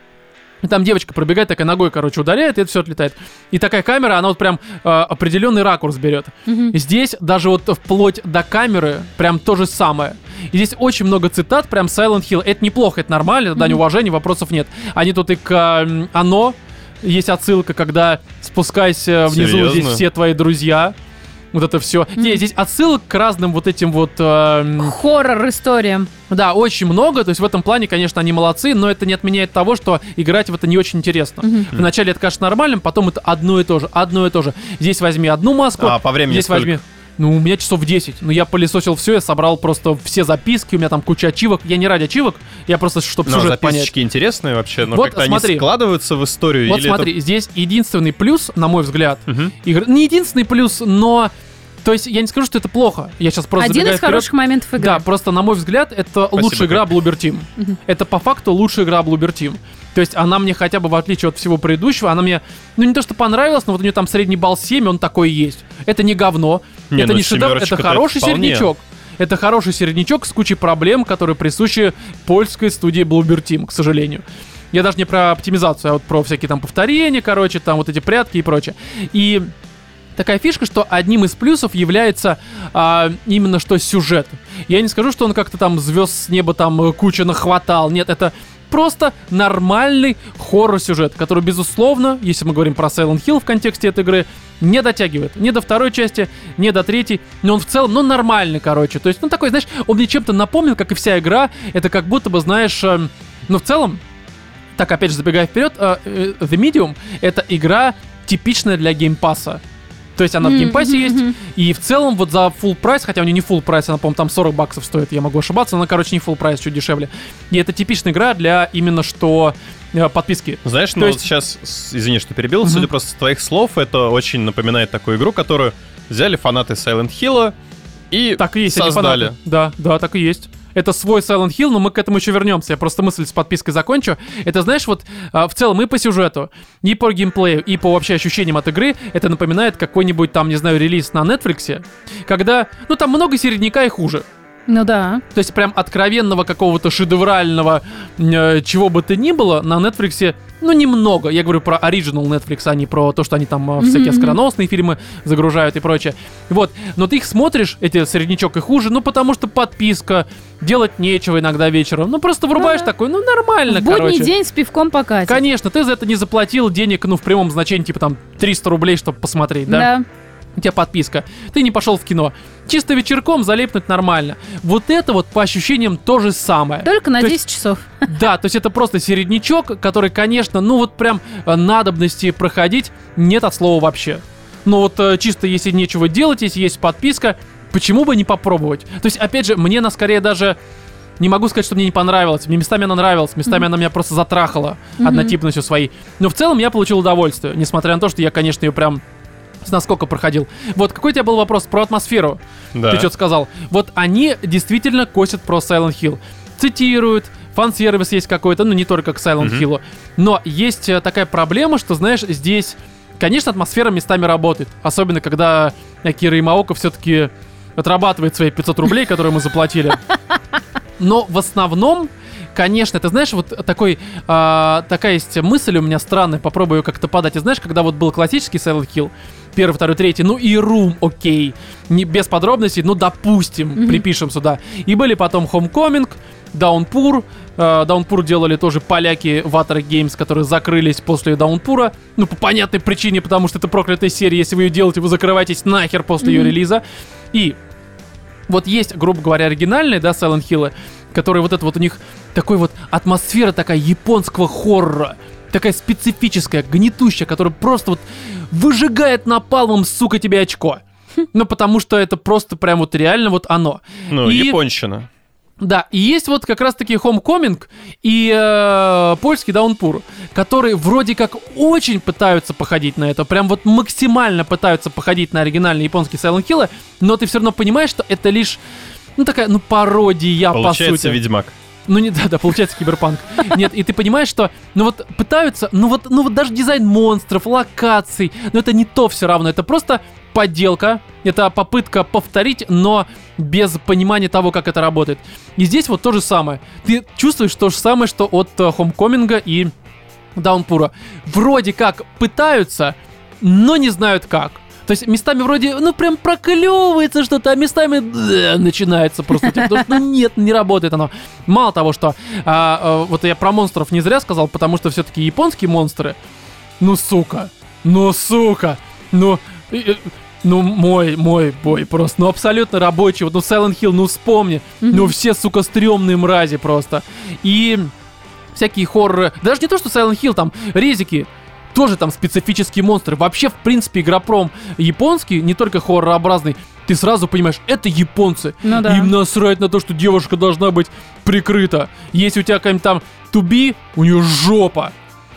И там девочка пробегает, такая ногой, короче, ударяет, и это все отлетает. И такая камера, она вот прям э, определенный ракурс берет. Мгм. Здесь даже вот вплоть до камеры прям то же самое. И здесь очень много цитат, прям Silent Hill. Это неплохо, это нормально, это дань Мгм. уважения, вопросов нет. Они тут и к э, м, «Оно», есть отсылка, когда спускайся внизу, здесь Серьезно? все твои друзья. Вот это все. Мгм. здесь отсылок к разным вот этим вот... э, м, Хоррор история. да, очень много, то есть в этом плане, конечно, они молодцы, но это не отменяет того, что играть в это не очень интересно. Мгм. Вначале это, конечно, нормально, потом это одно и то же, одно и то же. Здесь возьми одну маску, А, по времени здесь сколько? возьми... Ну, у меня часов 10. Ну, я пылесосил все, я собрал просто все записки, у меня там куча ачивок. Я не ради ачивок, я просто, чтобы Ну, а сюжет записочки понять. интересные вообще, но Вот как-то смотри. они складываются в историю. Вот или смотри, здесь единственный плюс, на мой взгляд, это- Мгм. игр... не единственный плюс, но... То есть я не скажу, что это плохо. Я сейчас просто Один забегаю из вперед. хороших моментов игры. Да, просто на мой взгляд, это лучшая игра Bloober Team. Мгм. Это по факту лучшая игра Bloober Team. То есть она мне хотя бы, в отличие от всего предыдущего, она мне, ну не то что понравилась, но вот у нее там средний балл 7, и он такой и есть. Это не говно, Не, это ну, не шедевр, это семерочка-то хороший вполне. середнячок. Это хороший середнячок с кучей проблем, которые присущи польской студии Bloober Team, к сожалению. Я даже не про оптимизацию, а вот про всякие там повторения, короче, там вот эти прятки и прочее. И такая фишка, что одним из плюсов является а, именно что сюжет. Я не скажу, что он как-то там звезд с неба там э, куча нахватал. Нет, это просто нормальный хоррор-сюжет, который, безусловно, если мы говорим про Silent Hill в контексте этой игры, не дотягивает. Не до второй части, не до третьей, но он в целом, ну, нормальный, короче. То есть, ну, такой, знаешь, он мне чем-то напомнил, как и вся игра. Это как будто бы, знаешь, эм, ну, в целом, так, опять же, забегая вперед, э, э, The Medium — это игра типичная для геймпасса. То есть она в Мгм, геймпассе мгм, есть, мгм. и в целом вот за full прайс, хотя у нее не full прайс, она, по-моему, там 40 баксов стоит, я могу ошибаться, но она, короче, не full прайс, чуть дешевле. И это типичная игра для именно что э, подписки. Знаешь, То ну есть- вот сейчас, с- извини, что перебил, судя Мгм. просто с твоих слов, это очень напоминает такую игру, которую взяли фанаты Silent Hill и Так и есть, они создали. фанаты. Да, да, так и есть. Это свой Silent Hill, но мы к этому еще вернемся. Я просто мысль с подпиской закончу. Это, знаешь, вот а, в целом и по сюжету, и по геймплею, и по вообще ощущениям от игры, это напоминает какой-нибудь там, не знаю, релиз на Netflix, когда, ну, там много середняка и хуже. Ну да. То есть прям откровенного какого-то шедеврального э, чего бы то ни было на Netflix, ну, немного. Я говорю про оригинал Netflix, а не про то, что они там э, всякие Мгм, мгм. скороносные фильмы загружают и прочее. Вот. Но ты их смотришь, эти среднячок и хуже, ну, потому что подписка, делать нечего иногда вечером. Ну, просто врубаешь да. такой, ну, нормально, в будний короче. день с пивком покатит. Конечно, ты за это не заплатил денег, ну, в прямом значении, типа там 300 рублей, чтобы посмотреть, да? Да. у тебя подписка, ты не пошел в кино. Чисто вечерком залипнуть нормально. Вот это вот по ощущениям то же самое. Только на То 10 часов. Да, то есть это просто середнячок, который, конечно, ну вот прям э, надобности проходить нет от слова вообще. Но вот э, чисто если нечего делать, если есть подписка, почему бы не попробовать? То есть, опять же, мне она скорее даже... Не могу сказать, что мне не понравилось. Мне местами она нравилась, местами Мгм. она меня просто затрахала Мгм. однотипностью своей. Но в целом я получил удовольствие, несмотря на то, что я, конечно, ее прям с наскока проходил. Вот, какой у тебя был вопрос про атмосферу? Да. ты что-то сказал. Вот они действительно косят про Silent Hill. Цитируют, фан-сервис есть какой-то, ну не только к Silent Мгм. Hill. Но есть э, такая проблема, что, знаешь, здесь, конечно, атмосфера местами работает. Особенно, когда э, Кира Имаока все-таки отрабатывает свои 500 рублей, которые мы заплатили. Но в основном, конечно, ты знаешь, вот такой, а, такая есть мысль у меня странная, попробую ее как-то подать. И знаешь, когда вот был классический Silent Hill, первый, второй, третий, ну и Room, окей, не, без подробностей, ну допустим, Мгм. припишем сюда. И были потом Homecoming, Даунпур, а, Даунпур делали тоже поляки Water Games, которые закрылись после Даунпура. Ну, по понятной причине, потому что это проклятая серия. Если вы ее делаете, вы закрываетесь нахер после ее Мгм. релиза. И вот есть, грубо говоря, оригинальные, да, Silent Hill, которые вот это вот у них такой вот атмосфера такая японского хоррора, такая специфическая, гнетущая, которая просто вот выжигает напалмом, сука, тебе очко. Ну, потому что это просто прям вот реально вот оно. Ну, И- японщина. Да, и есть вот как раз-таки Homecoming и э, польский Даунпур, которые вроде как очень пытаются походить на это, прям вот максимально пытаются походить на оригинальные японские Silent Hill, но ты все равно понимаешь, что это лишь, ну такая, ну пародия по Получается, сути. Ведьмак. Ну не да, да, получается киберпанк. Нет, и ты понимаешь, что ну вот пытаются, ну вот, ну вот даже дизайн монстров, локаций, но это не то все равно, это просто подделка, это попытка повторить, но без понимания того, как это работает. И здесь вот то же самое. Ты чувствуешь то же самое, что от э, Хомкоминга и Даунпура. Вроде как пытаются, но не знают как. То есть местами вроде, ну прям проклевывается что-то, а местами э, начинается просто. типа, потому что, ну нет, не работает оно. Мало того, что а, э, вот я про монстров не зря сказал, потому что все-таки японские монстры, ну сука, ну сука, ну... э, э, ну, мой, мой бой просто, ну, абсолютно рабочий. Вот, ну, Silent Hill, ну, вспомни. Мгм. Ну, все, сука, стрёмные мрази просто. И всякие хорроры. Даже не то, что Silent Hill, там, резики. Тоже там специфические монстры. Вообще, в принципе, игропром японский, не только хорророобразный, ты сразу понимаешь, это японцы. Ну да. Им насрать на то, что девушка должна быть прикрыта. Если у тебя какая-нибудь там туби, у нее жопа.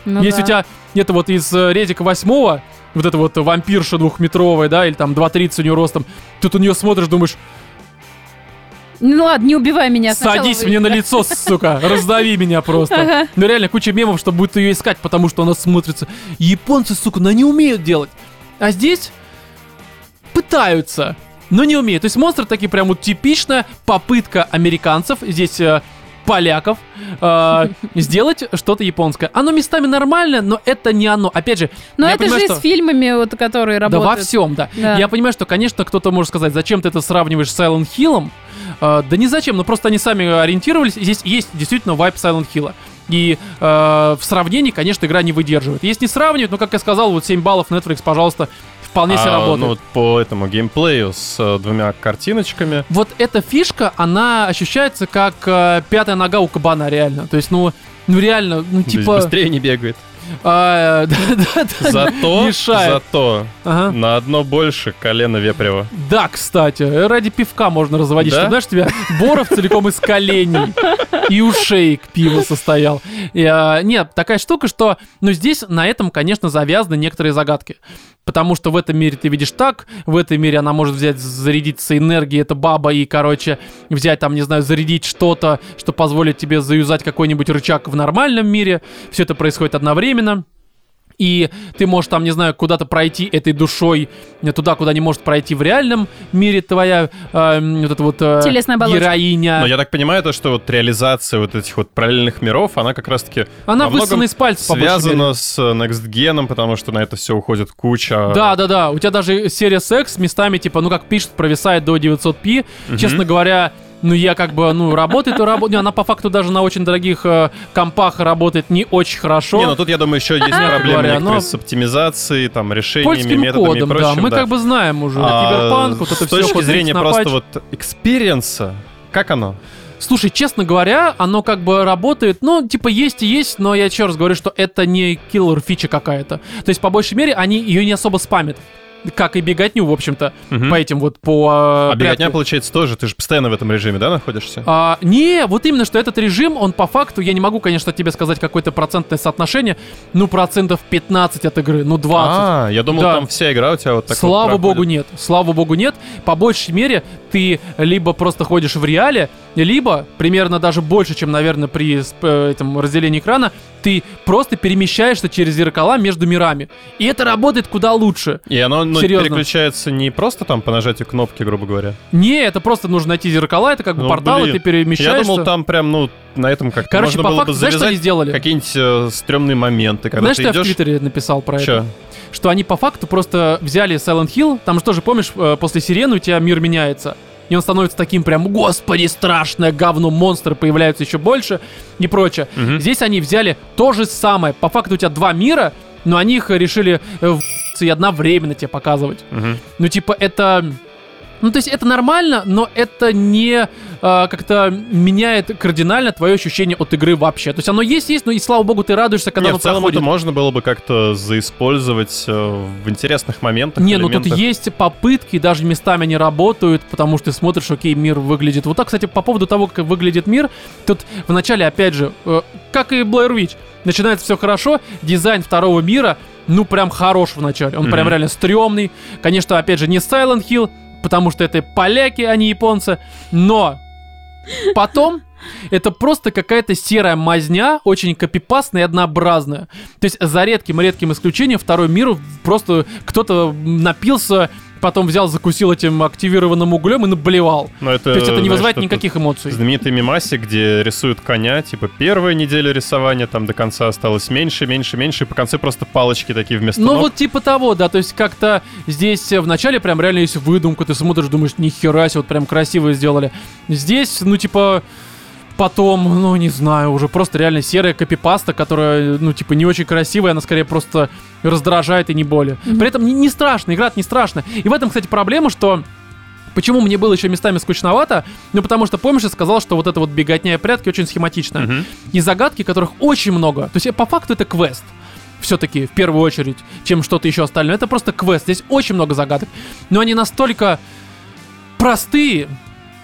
Ну Если да. у тебя это вот из э, Редика 8 вот эта вот вампирша двухметровая, да, или там 2.30 у нее ростом, тут на нее смотришь, думаешь, Ну ладно, не убивай меня. сначала садись вы- мне на лицо, сука, раздави меня Ага. просто. Ну реально, куча мемов, что будет ее искать, потому что она смотрится. Японцы, сука, но не умеют делать. А здесь пытаются, но не умеют. То есть монстры такие прям вот типичная попытка американцев, здесь э, поляков, э, сделать что-то японское. Оно местами нормально, но это не оно. Опять же, Но я Ну это понимаю, же что- с фильмами, вот, которые работают. да во всем, да. Да. Я понимаю, что, конечно, кто-то может сказать, зачем ты это сравниваешь с Silent Hill? Э, да не зачем, но просто они сами ориентировались. И здесь есть действительно вайп Silent Hill. И э, в сравнении, конечно, игра не выдерживает. Если не сравнивать, ну, как я сказал, вот 7 баллов Netflix, пожалуйста, вполне себе А, работает. ну, вот по этому геймплею с э, двумя картиночками. Вот эта фишка, она ощущается как э, пятая нога у кабана, реально. То есть, ну, ну реально, ну, То есть типа... быстрее не бегает. э, да-да-да. Зато, мешает. зато Ага. на одно больше колено вепрева. Да, кстати, ради пивка можно разводить, Да? чтобы, знаешь, у тебя боров целиком из коленей и ушей к пиву состоял. И, а, нет, такая штука, что, ну, здесь на этом, конечно, завязаны некоторые загадки. Потому что в этом мире ты видишь так, в этом мире она может взять, зарядиться энергией, это баба, и, короче, взять там, не знаю, зарядить что-то, что позволит тебе заюзать какой-нибудь рычаг в нормальном мире. Все это происходит одновременно. И ты можешь там, не знаю, куда-то пройти этой душой э, туда, куда не может пройти в реальном мире твоя э, м, вот эта вот э, Телесная оболочка. героиня. Но я так понимаю, то, что вот реализация вот этих вот параллельных миров, она как раз-таки Она во многом высосана из пальца, по большей мере. связана с э, Next Gen, потому что на это все уходит куча. Да, да, да. У тебя даже серия секс местами, типа, ну как пишет, провисает до 900p. Мгм. Честно говоря, ну я как бы, ну работает и работает. Она по факту даже на очень дорогих э, компах работает не очень хорошо. Не, ну тут, я думаю, еще есть Мягко проблемы говоря, некоторые но- с оптимизацией, там, решениями, Польским методами кодом, и прочим. да. Мы как бы знаем уже. А, Киберпанк, вот это все. С точки зрения просто вот экспириенса, как оно? Слушай, честно говоря, оно как бы работает, ну, типа, есть и есть, но я еще раз говорю, что это не киллер фича какая-то. То есть, по большей мере, они ее не особо спамят. Как и беготню, в общем-то, Мгм. по этим вот, по... э, А беготня, прятке. получается, тоже. Ты же постоянно в этом режиме, да, находишься? А, не, вот именно, что этот режим, он по факту, я не могу, конечно, тебе сказать какое-то процентное соотношение, ну, процентов 15 от игры, ну, 20. А, я думал, Да. там вся игра у тебя вот так вот Слава проходит. богу, нет. Слава богу, нет. По большей мере, ты либо просто ходишь в реале, либо, примерно даже больше, чем, наверное, при сп- э, этом разделении экрана, ты просто перемещаешься через зеркала между мирами. И это работает куда лучше. И оно ну, Серьезно. переключается не просто там по нажатию кнопки, грубо говоря. Не, это просто нужно найти зеркала, это как бы Ну, порталы, блин. ты перемещаешься. Я думал, там прям, ну, на этом как-то Короче, можно по было факту, бы знаешь, что они завязать сделали? какие-нибудь э, стрёмные моменты, когда знаешь, ты что я в идешь... Твиттере написал про это? Чё? что они по факту просто взяли Silent Hill, там же тоже, помнишь, э, после сирены у тебя мир меняется. И он становится таким прям, господи, страшное говно, монстры появляются еще больше и прочее. Мгм. Здесь они взяли то же самое. По факту у тебя два мира, но они их решили э, в***ться и одновременно тебе показывать. Мгм. Ну, типа, это... Ну, то есть это нормально, но это не э, как-то меняет кардинально твое ощущение от игры вообще. То есть оно есть, есть, но и слава богу, ты радуешься, когда Не, оно в целом проходит. это можно было бы как-то заиспользовать э, в интересных моментах. Не, ну тут элементах. есть попытки, даже местами они работают, потому что ты смотришь, окей, мир выглядит. Вот так, кстати, по поводу того, как выглядит мир, тут вначале, опять же, э, как и Blair Witch, начинается все хорошо, дизайн второго мира, ну прям хорош вначале, он прям Мгм. реально стрёмный. Конечно, опять же, не Silent Hill, потому что это поляки, а не японцы, но потом... Это просто какая-то серая мазня, очень копипастная и однообразная. То есть за редким-редким исключением второй миру просто кто-то напился, потом взял, закусил этим активированным углем и наблевал. Но это, То есть это не знаешь, вызывает тот- никаких эмоций. Знаменитый мимаси, где рисуют коня, типа первая неделя рисования, там до конца осталось меньше, меньше, меньше, и по концу просто палочки такие вместо Ну ног. вот типа того, да, то есть как-то здесь э, вначале прям реально есть выдумка, ты смотришь, думаешь, нихера себе, вот прям красиво сделали. Здесь, ну типа, потом, ну не знаю, уже просто реально серая копипаста, которая, ну типа, не очень красивая, она скорее просто раздражает и не более. Мгм. При этом не, не страшно, игра не страшно. И в этом, кстати, проблема, что Почему мне было еще местами скучновато? Ну, потому что, помнишь, я сказал, что вот эта вот беготня и прятки очень схематичная Мгм. и загадки, которых очень много. То есть э, по факту это квест. Все-таки, в первую очередь, чем что-то еще остальное. Это просто квест. Здесь очень много загадок. Но они настолько простые,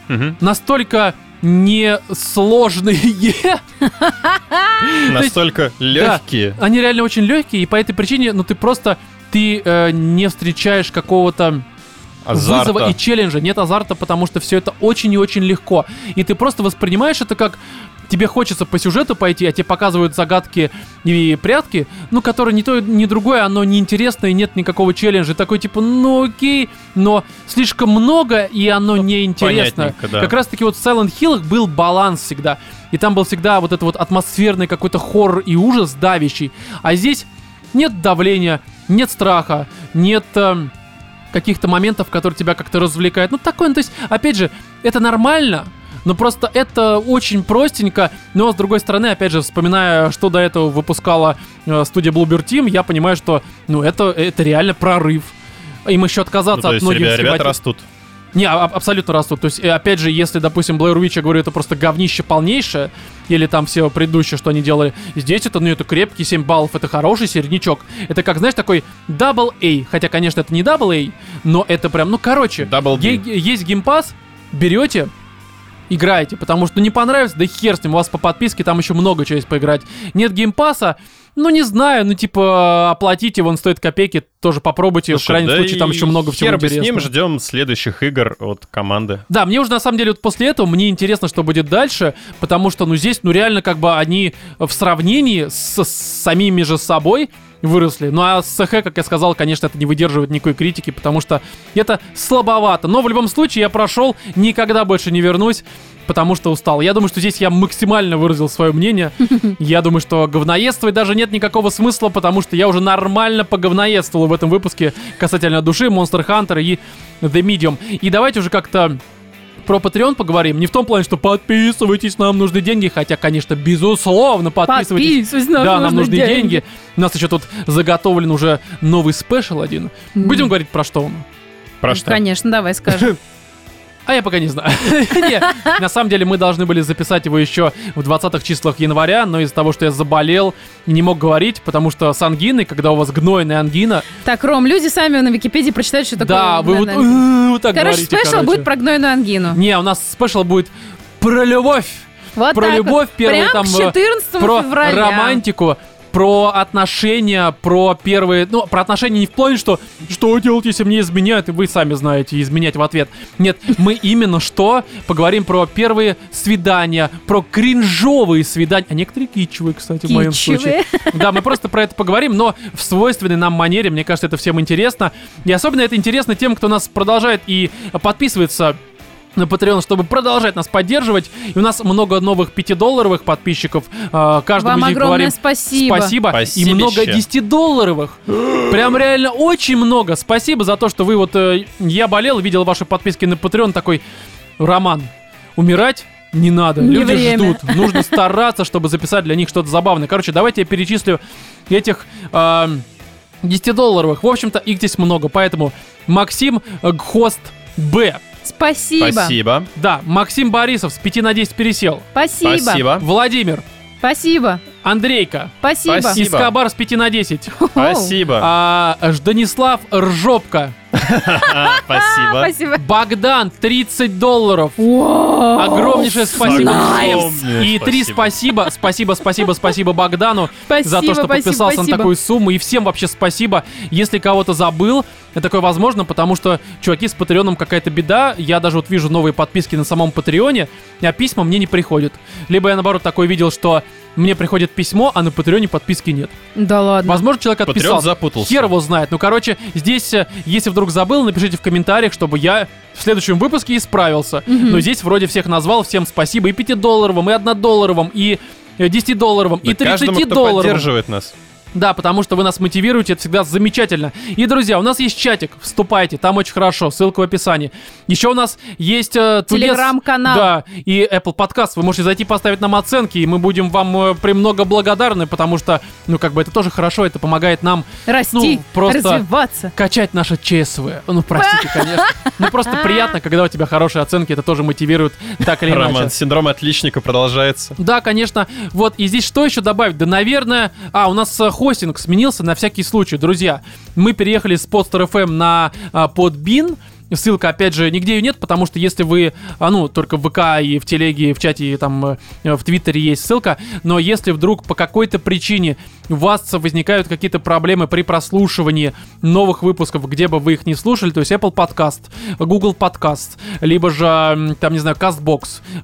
Мгм. настолько несложные. Настолько легкие. Они реально очень легкие, и по этой причине, ну ты просто ты э, не встречаешь какого-то азарта. вызова и челленджа, нет азарта, потому что все это очень и очень легко. И ты просто воспринимаешь это как тебе хочется по сюжету пойти, а тебе показывают загадки и прятки, ну, которые не то, ни другое, оно неинтересно и нет никакого челленджа. И Такой типа, ну окей, но слишком много, и оно неинтересно. Ну, понятненько, да. Как раз-таки вот в Silent Hill был баланс всегда. И там был всегда вот этот вот атмосферный какой-то хоррор и ужас давящий. А здесь нет давления, нет страха, нет... эм, каких-то моментов, которые тебя как-то развлекают. Ну, такое, ну, то есть, опять же, это нормально, но просто это очень простенько. Но, с другой стороны, опять же, вспоминая, что до этого выпускала э, студия Bluebird Team, я понимаю, что, ну, это, это реально прорыв. Им еще Ну, отказаться то от есть многих ребя- ребята схематичных- растут. не, а- а- абсолютно растут. То есть, э, опять же, если, допустим, Blair Witch, я говорю, это просто говнище полнейшее, или там все предыдущее, что они делали, здесь это, ну, это крепкий 7 баллов, это хороший середнячок. Это как, знаешь, такой дабл A, хотя, конечно, это не дабл A, но это прям, ну, короче, Дабл е- D. е- есть геймпас, берете, играете, потому что не понравится, да хер с ним, у вас по подписке там еще много чего есть поиграть. Нет геймпаса, ну не знаю, ну типа оплатите, вон стоит копейки, тоже попробуйте, в Слушай, крайнем да случае там и еще много всего хер бы с интересного. ним ждем следующих игр от команды. Да, мне уже на самом деле вот после этого мне интересно, что будет дальше, потому что, ну, здесь, ну, реально, как бы они в сравнении с, с самими же собой выросли. Ну, а с СХ, как я сказал, конечно, это не выдерживает никакой критики, потому что это слабовато. Но в любом случае я прошел, никогда больше не вернусь, потому что устал. Я думаю, что здесь я максимально выразил свое мнение. Я думаю, что говноедствовать даже нет никакого смысла, потому что я уже нормально поговноедствовал в этом выпуске касательно души, Monster Hunter и The Medium. И давайте уже как-то про Patreon поговорим. Не в том плане, что подписывайтесь, нам нужны деньги, хотя, конечно, безусловно, подписывайтесь. Подписывайтесь, да, нам нужны деньги. У Ну, нас еще тут заготовлен уже новый спешл один. Будем говорить про что он? Про что? Конечно, давай скажем. А я пока не знаю. Не, На самом деле мы должны были записать его еще в 20-х числах января, но из-за того, что я заболел, не мог говорить, потому что с ангиной, когда у вас гнойная ангина, Так, Ром, люди сами на Википедии прочитают, что такое. да, вы вот гнойная ангина. «Э, вот так Короче, говорите. спешл будет про гнойную ангину. Не, у нас спешл будет про любовь. Вот про так вот. любовь первые Прям там к э, 14 про февраля. романтику, про отношения, про первые... Ну, про отношения не в плане, что что делать, если мне изменяют, и вы сами знаете, изменять в ответ. Нет, мы именно что поговорим про первые свидания, про кринжовые свидания, а некоторые кичевые, кстати, в моем случае. Кичевые. Да, мы просто про это поговорим, но в свойственной нам манере, мне кажется, это всем интересно. И особенно это интересно тем, кто нас продолжает и подписывается на Patreon, чтобы продолжать нас поддерживать. И у нас много новых 5-долларовых подписчиков. Э, Каждому Вам из них огромное говорим спасибо. И Спасибище. много 10-долларовых. Прям реально очень много. Спасибо за то, что вы вот... э, Я болел, видел ваши подписки на Patreon, такой... Роман, умирать не надо. Не Люди время. ждут. Нужно стараться, чтобы записать для них что-то забавное. Короче, давайте я перечислю этих... а, э, 10-долларовых. В общем-то, их здесь много. Поэтому Максим э, Гхост, Б. Спасибо. Спасибо. Да, Максим Борисов с 5 на 10 пересел. Спасибо. Спасибо. Владимир, Спасибо. Андрейка, Спасибо. Спасибо. Искабар с 5 на 10. Спасибо. А, Жданислав Ржопка, Спасибо. Спасибо. Богдан 30 долларов. Огромнейшее спасибо всем. Огромное И три спасибо. спасибо. Спасибо, спасибо, спасибо Богдану Спасибо, за то, что спасибо, подписался спасибо. на такую сумму. И всем вообще спасибо. Если кого-то забыл, это такое возможно, потому что, чуваки, с Патреоном какая-то беда. Я даже вот вижу новые подписки на самом Патреоне, а письма мне не приходят. Либо я, наоборот, такое видел, что мне приходит письмо, а на Патреоне подписки нет. Да ладно. Возможно, человек Патреон отписался. запутался. Хер его знает. Ну, короче, здесь, э, если вдруг забыл, напишите в комментариях, чтобы я в следующем выпуске исправился. Но здесь вроде всех назвал, всем спасибо. И 5-долларовым, и 1-долларовым, и 10-долларовым, и Да каждому, кто 30-долларовым. поддерживает нас. Да, потому что вы нас мотивируете, это всегда замечательно. И, друзья, у нас есть чатик, вступайте, там очень хорошо, ссылка в описании. Еще у нас есть... э, Тудес- Телеграм-канал. Да, и Apple Podcast, вы можете зайти поставить нам оценки, и мы будем вам э, премного благодарны, потому что, ну, как бы это тоже хорошо, это помогает нам Расти, ну, просто- развиваться. качать наше ЧСВ. Ну, простите, конечно. Ну, просто приятно, когда у тебя хорошие оценки, это тоже мотивирует так или Роман, иначе. синдром отличника продолжается. Да, конечно. Вот, и здесь что еще добавить? Да, наверное... А, у нас э, хостинг сменился на всякий случай, друзья. Мы переехали с Podster FM на а, Podbean. Ссылка, опять же, нигде ее нет, потому что если вы, а, ну, только в ВК и в Телеге, и в чате, и там э, в Твиттере есть ссылка, но если вдруг по какой-то причине у вас возникают какие-то проблемы при прослушивании новых выпусков, где бы вы их не слушали, то есть Apple Podcast, Google Podcast, либо же, м, там, не знаю, CastBox,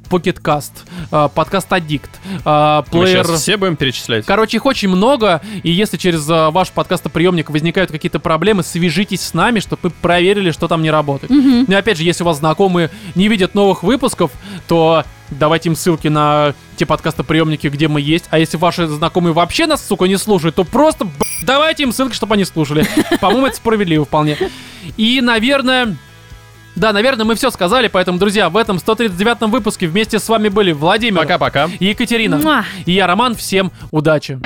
Pocket Cast, э, Podcast Addict, э, Мы Player... сейчас все будем перечислять. Короче, их очень много, и если через э, ваш подкастоприемник возникают какие-то проблемы, свяжитесь с нами, чтобы мы проверили, что там не работает. Ну и опять же, если у вас знакомые не видят новых выпусков, то давайте им ссылки на те подкастоприемники, где мы есть. А если ваши знакомые вообще нас, сука, не слушают, то просто б***ь, давайте им ссылки, чтобы они слушали. По-моему, это справедливо вполне. И, наверное... Да, наверное, мы все сказали, поэтому, друзья, в этом 139-м выпуске вместе с вами были Владимир Пока-пока. и Екатерина. Муа. И я, Роман, всем удачи.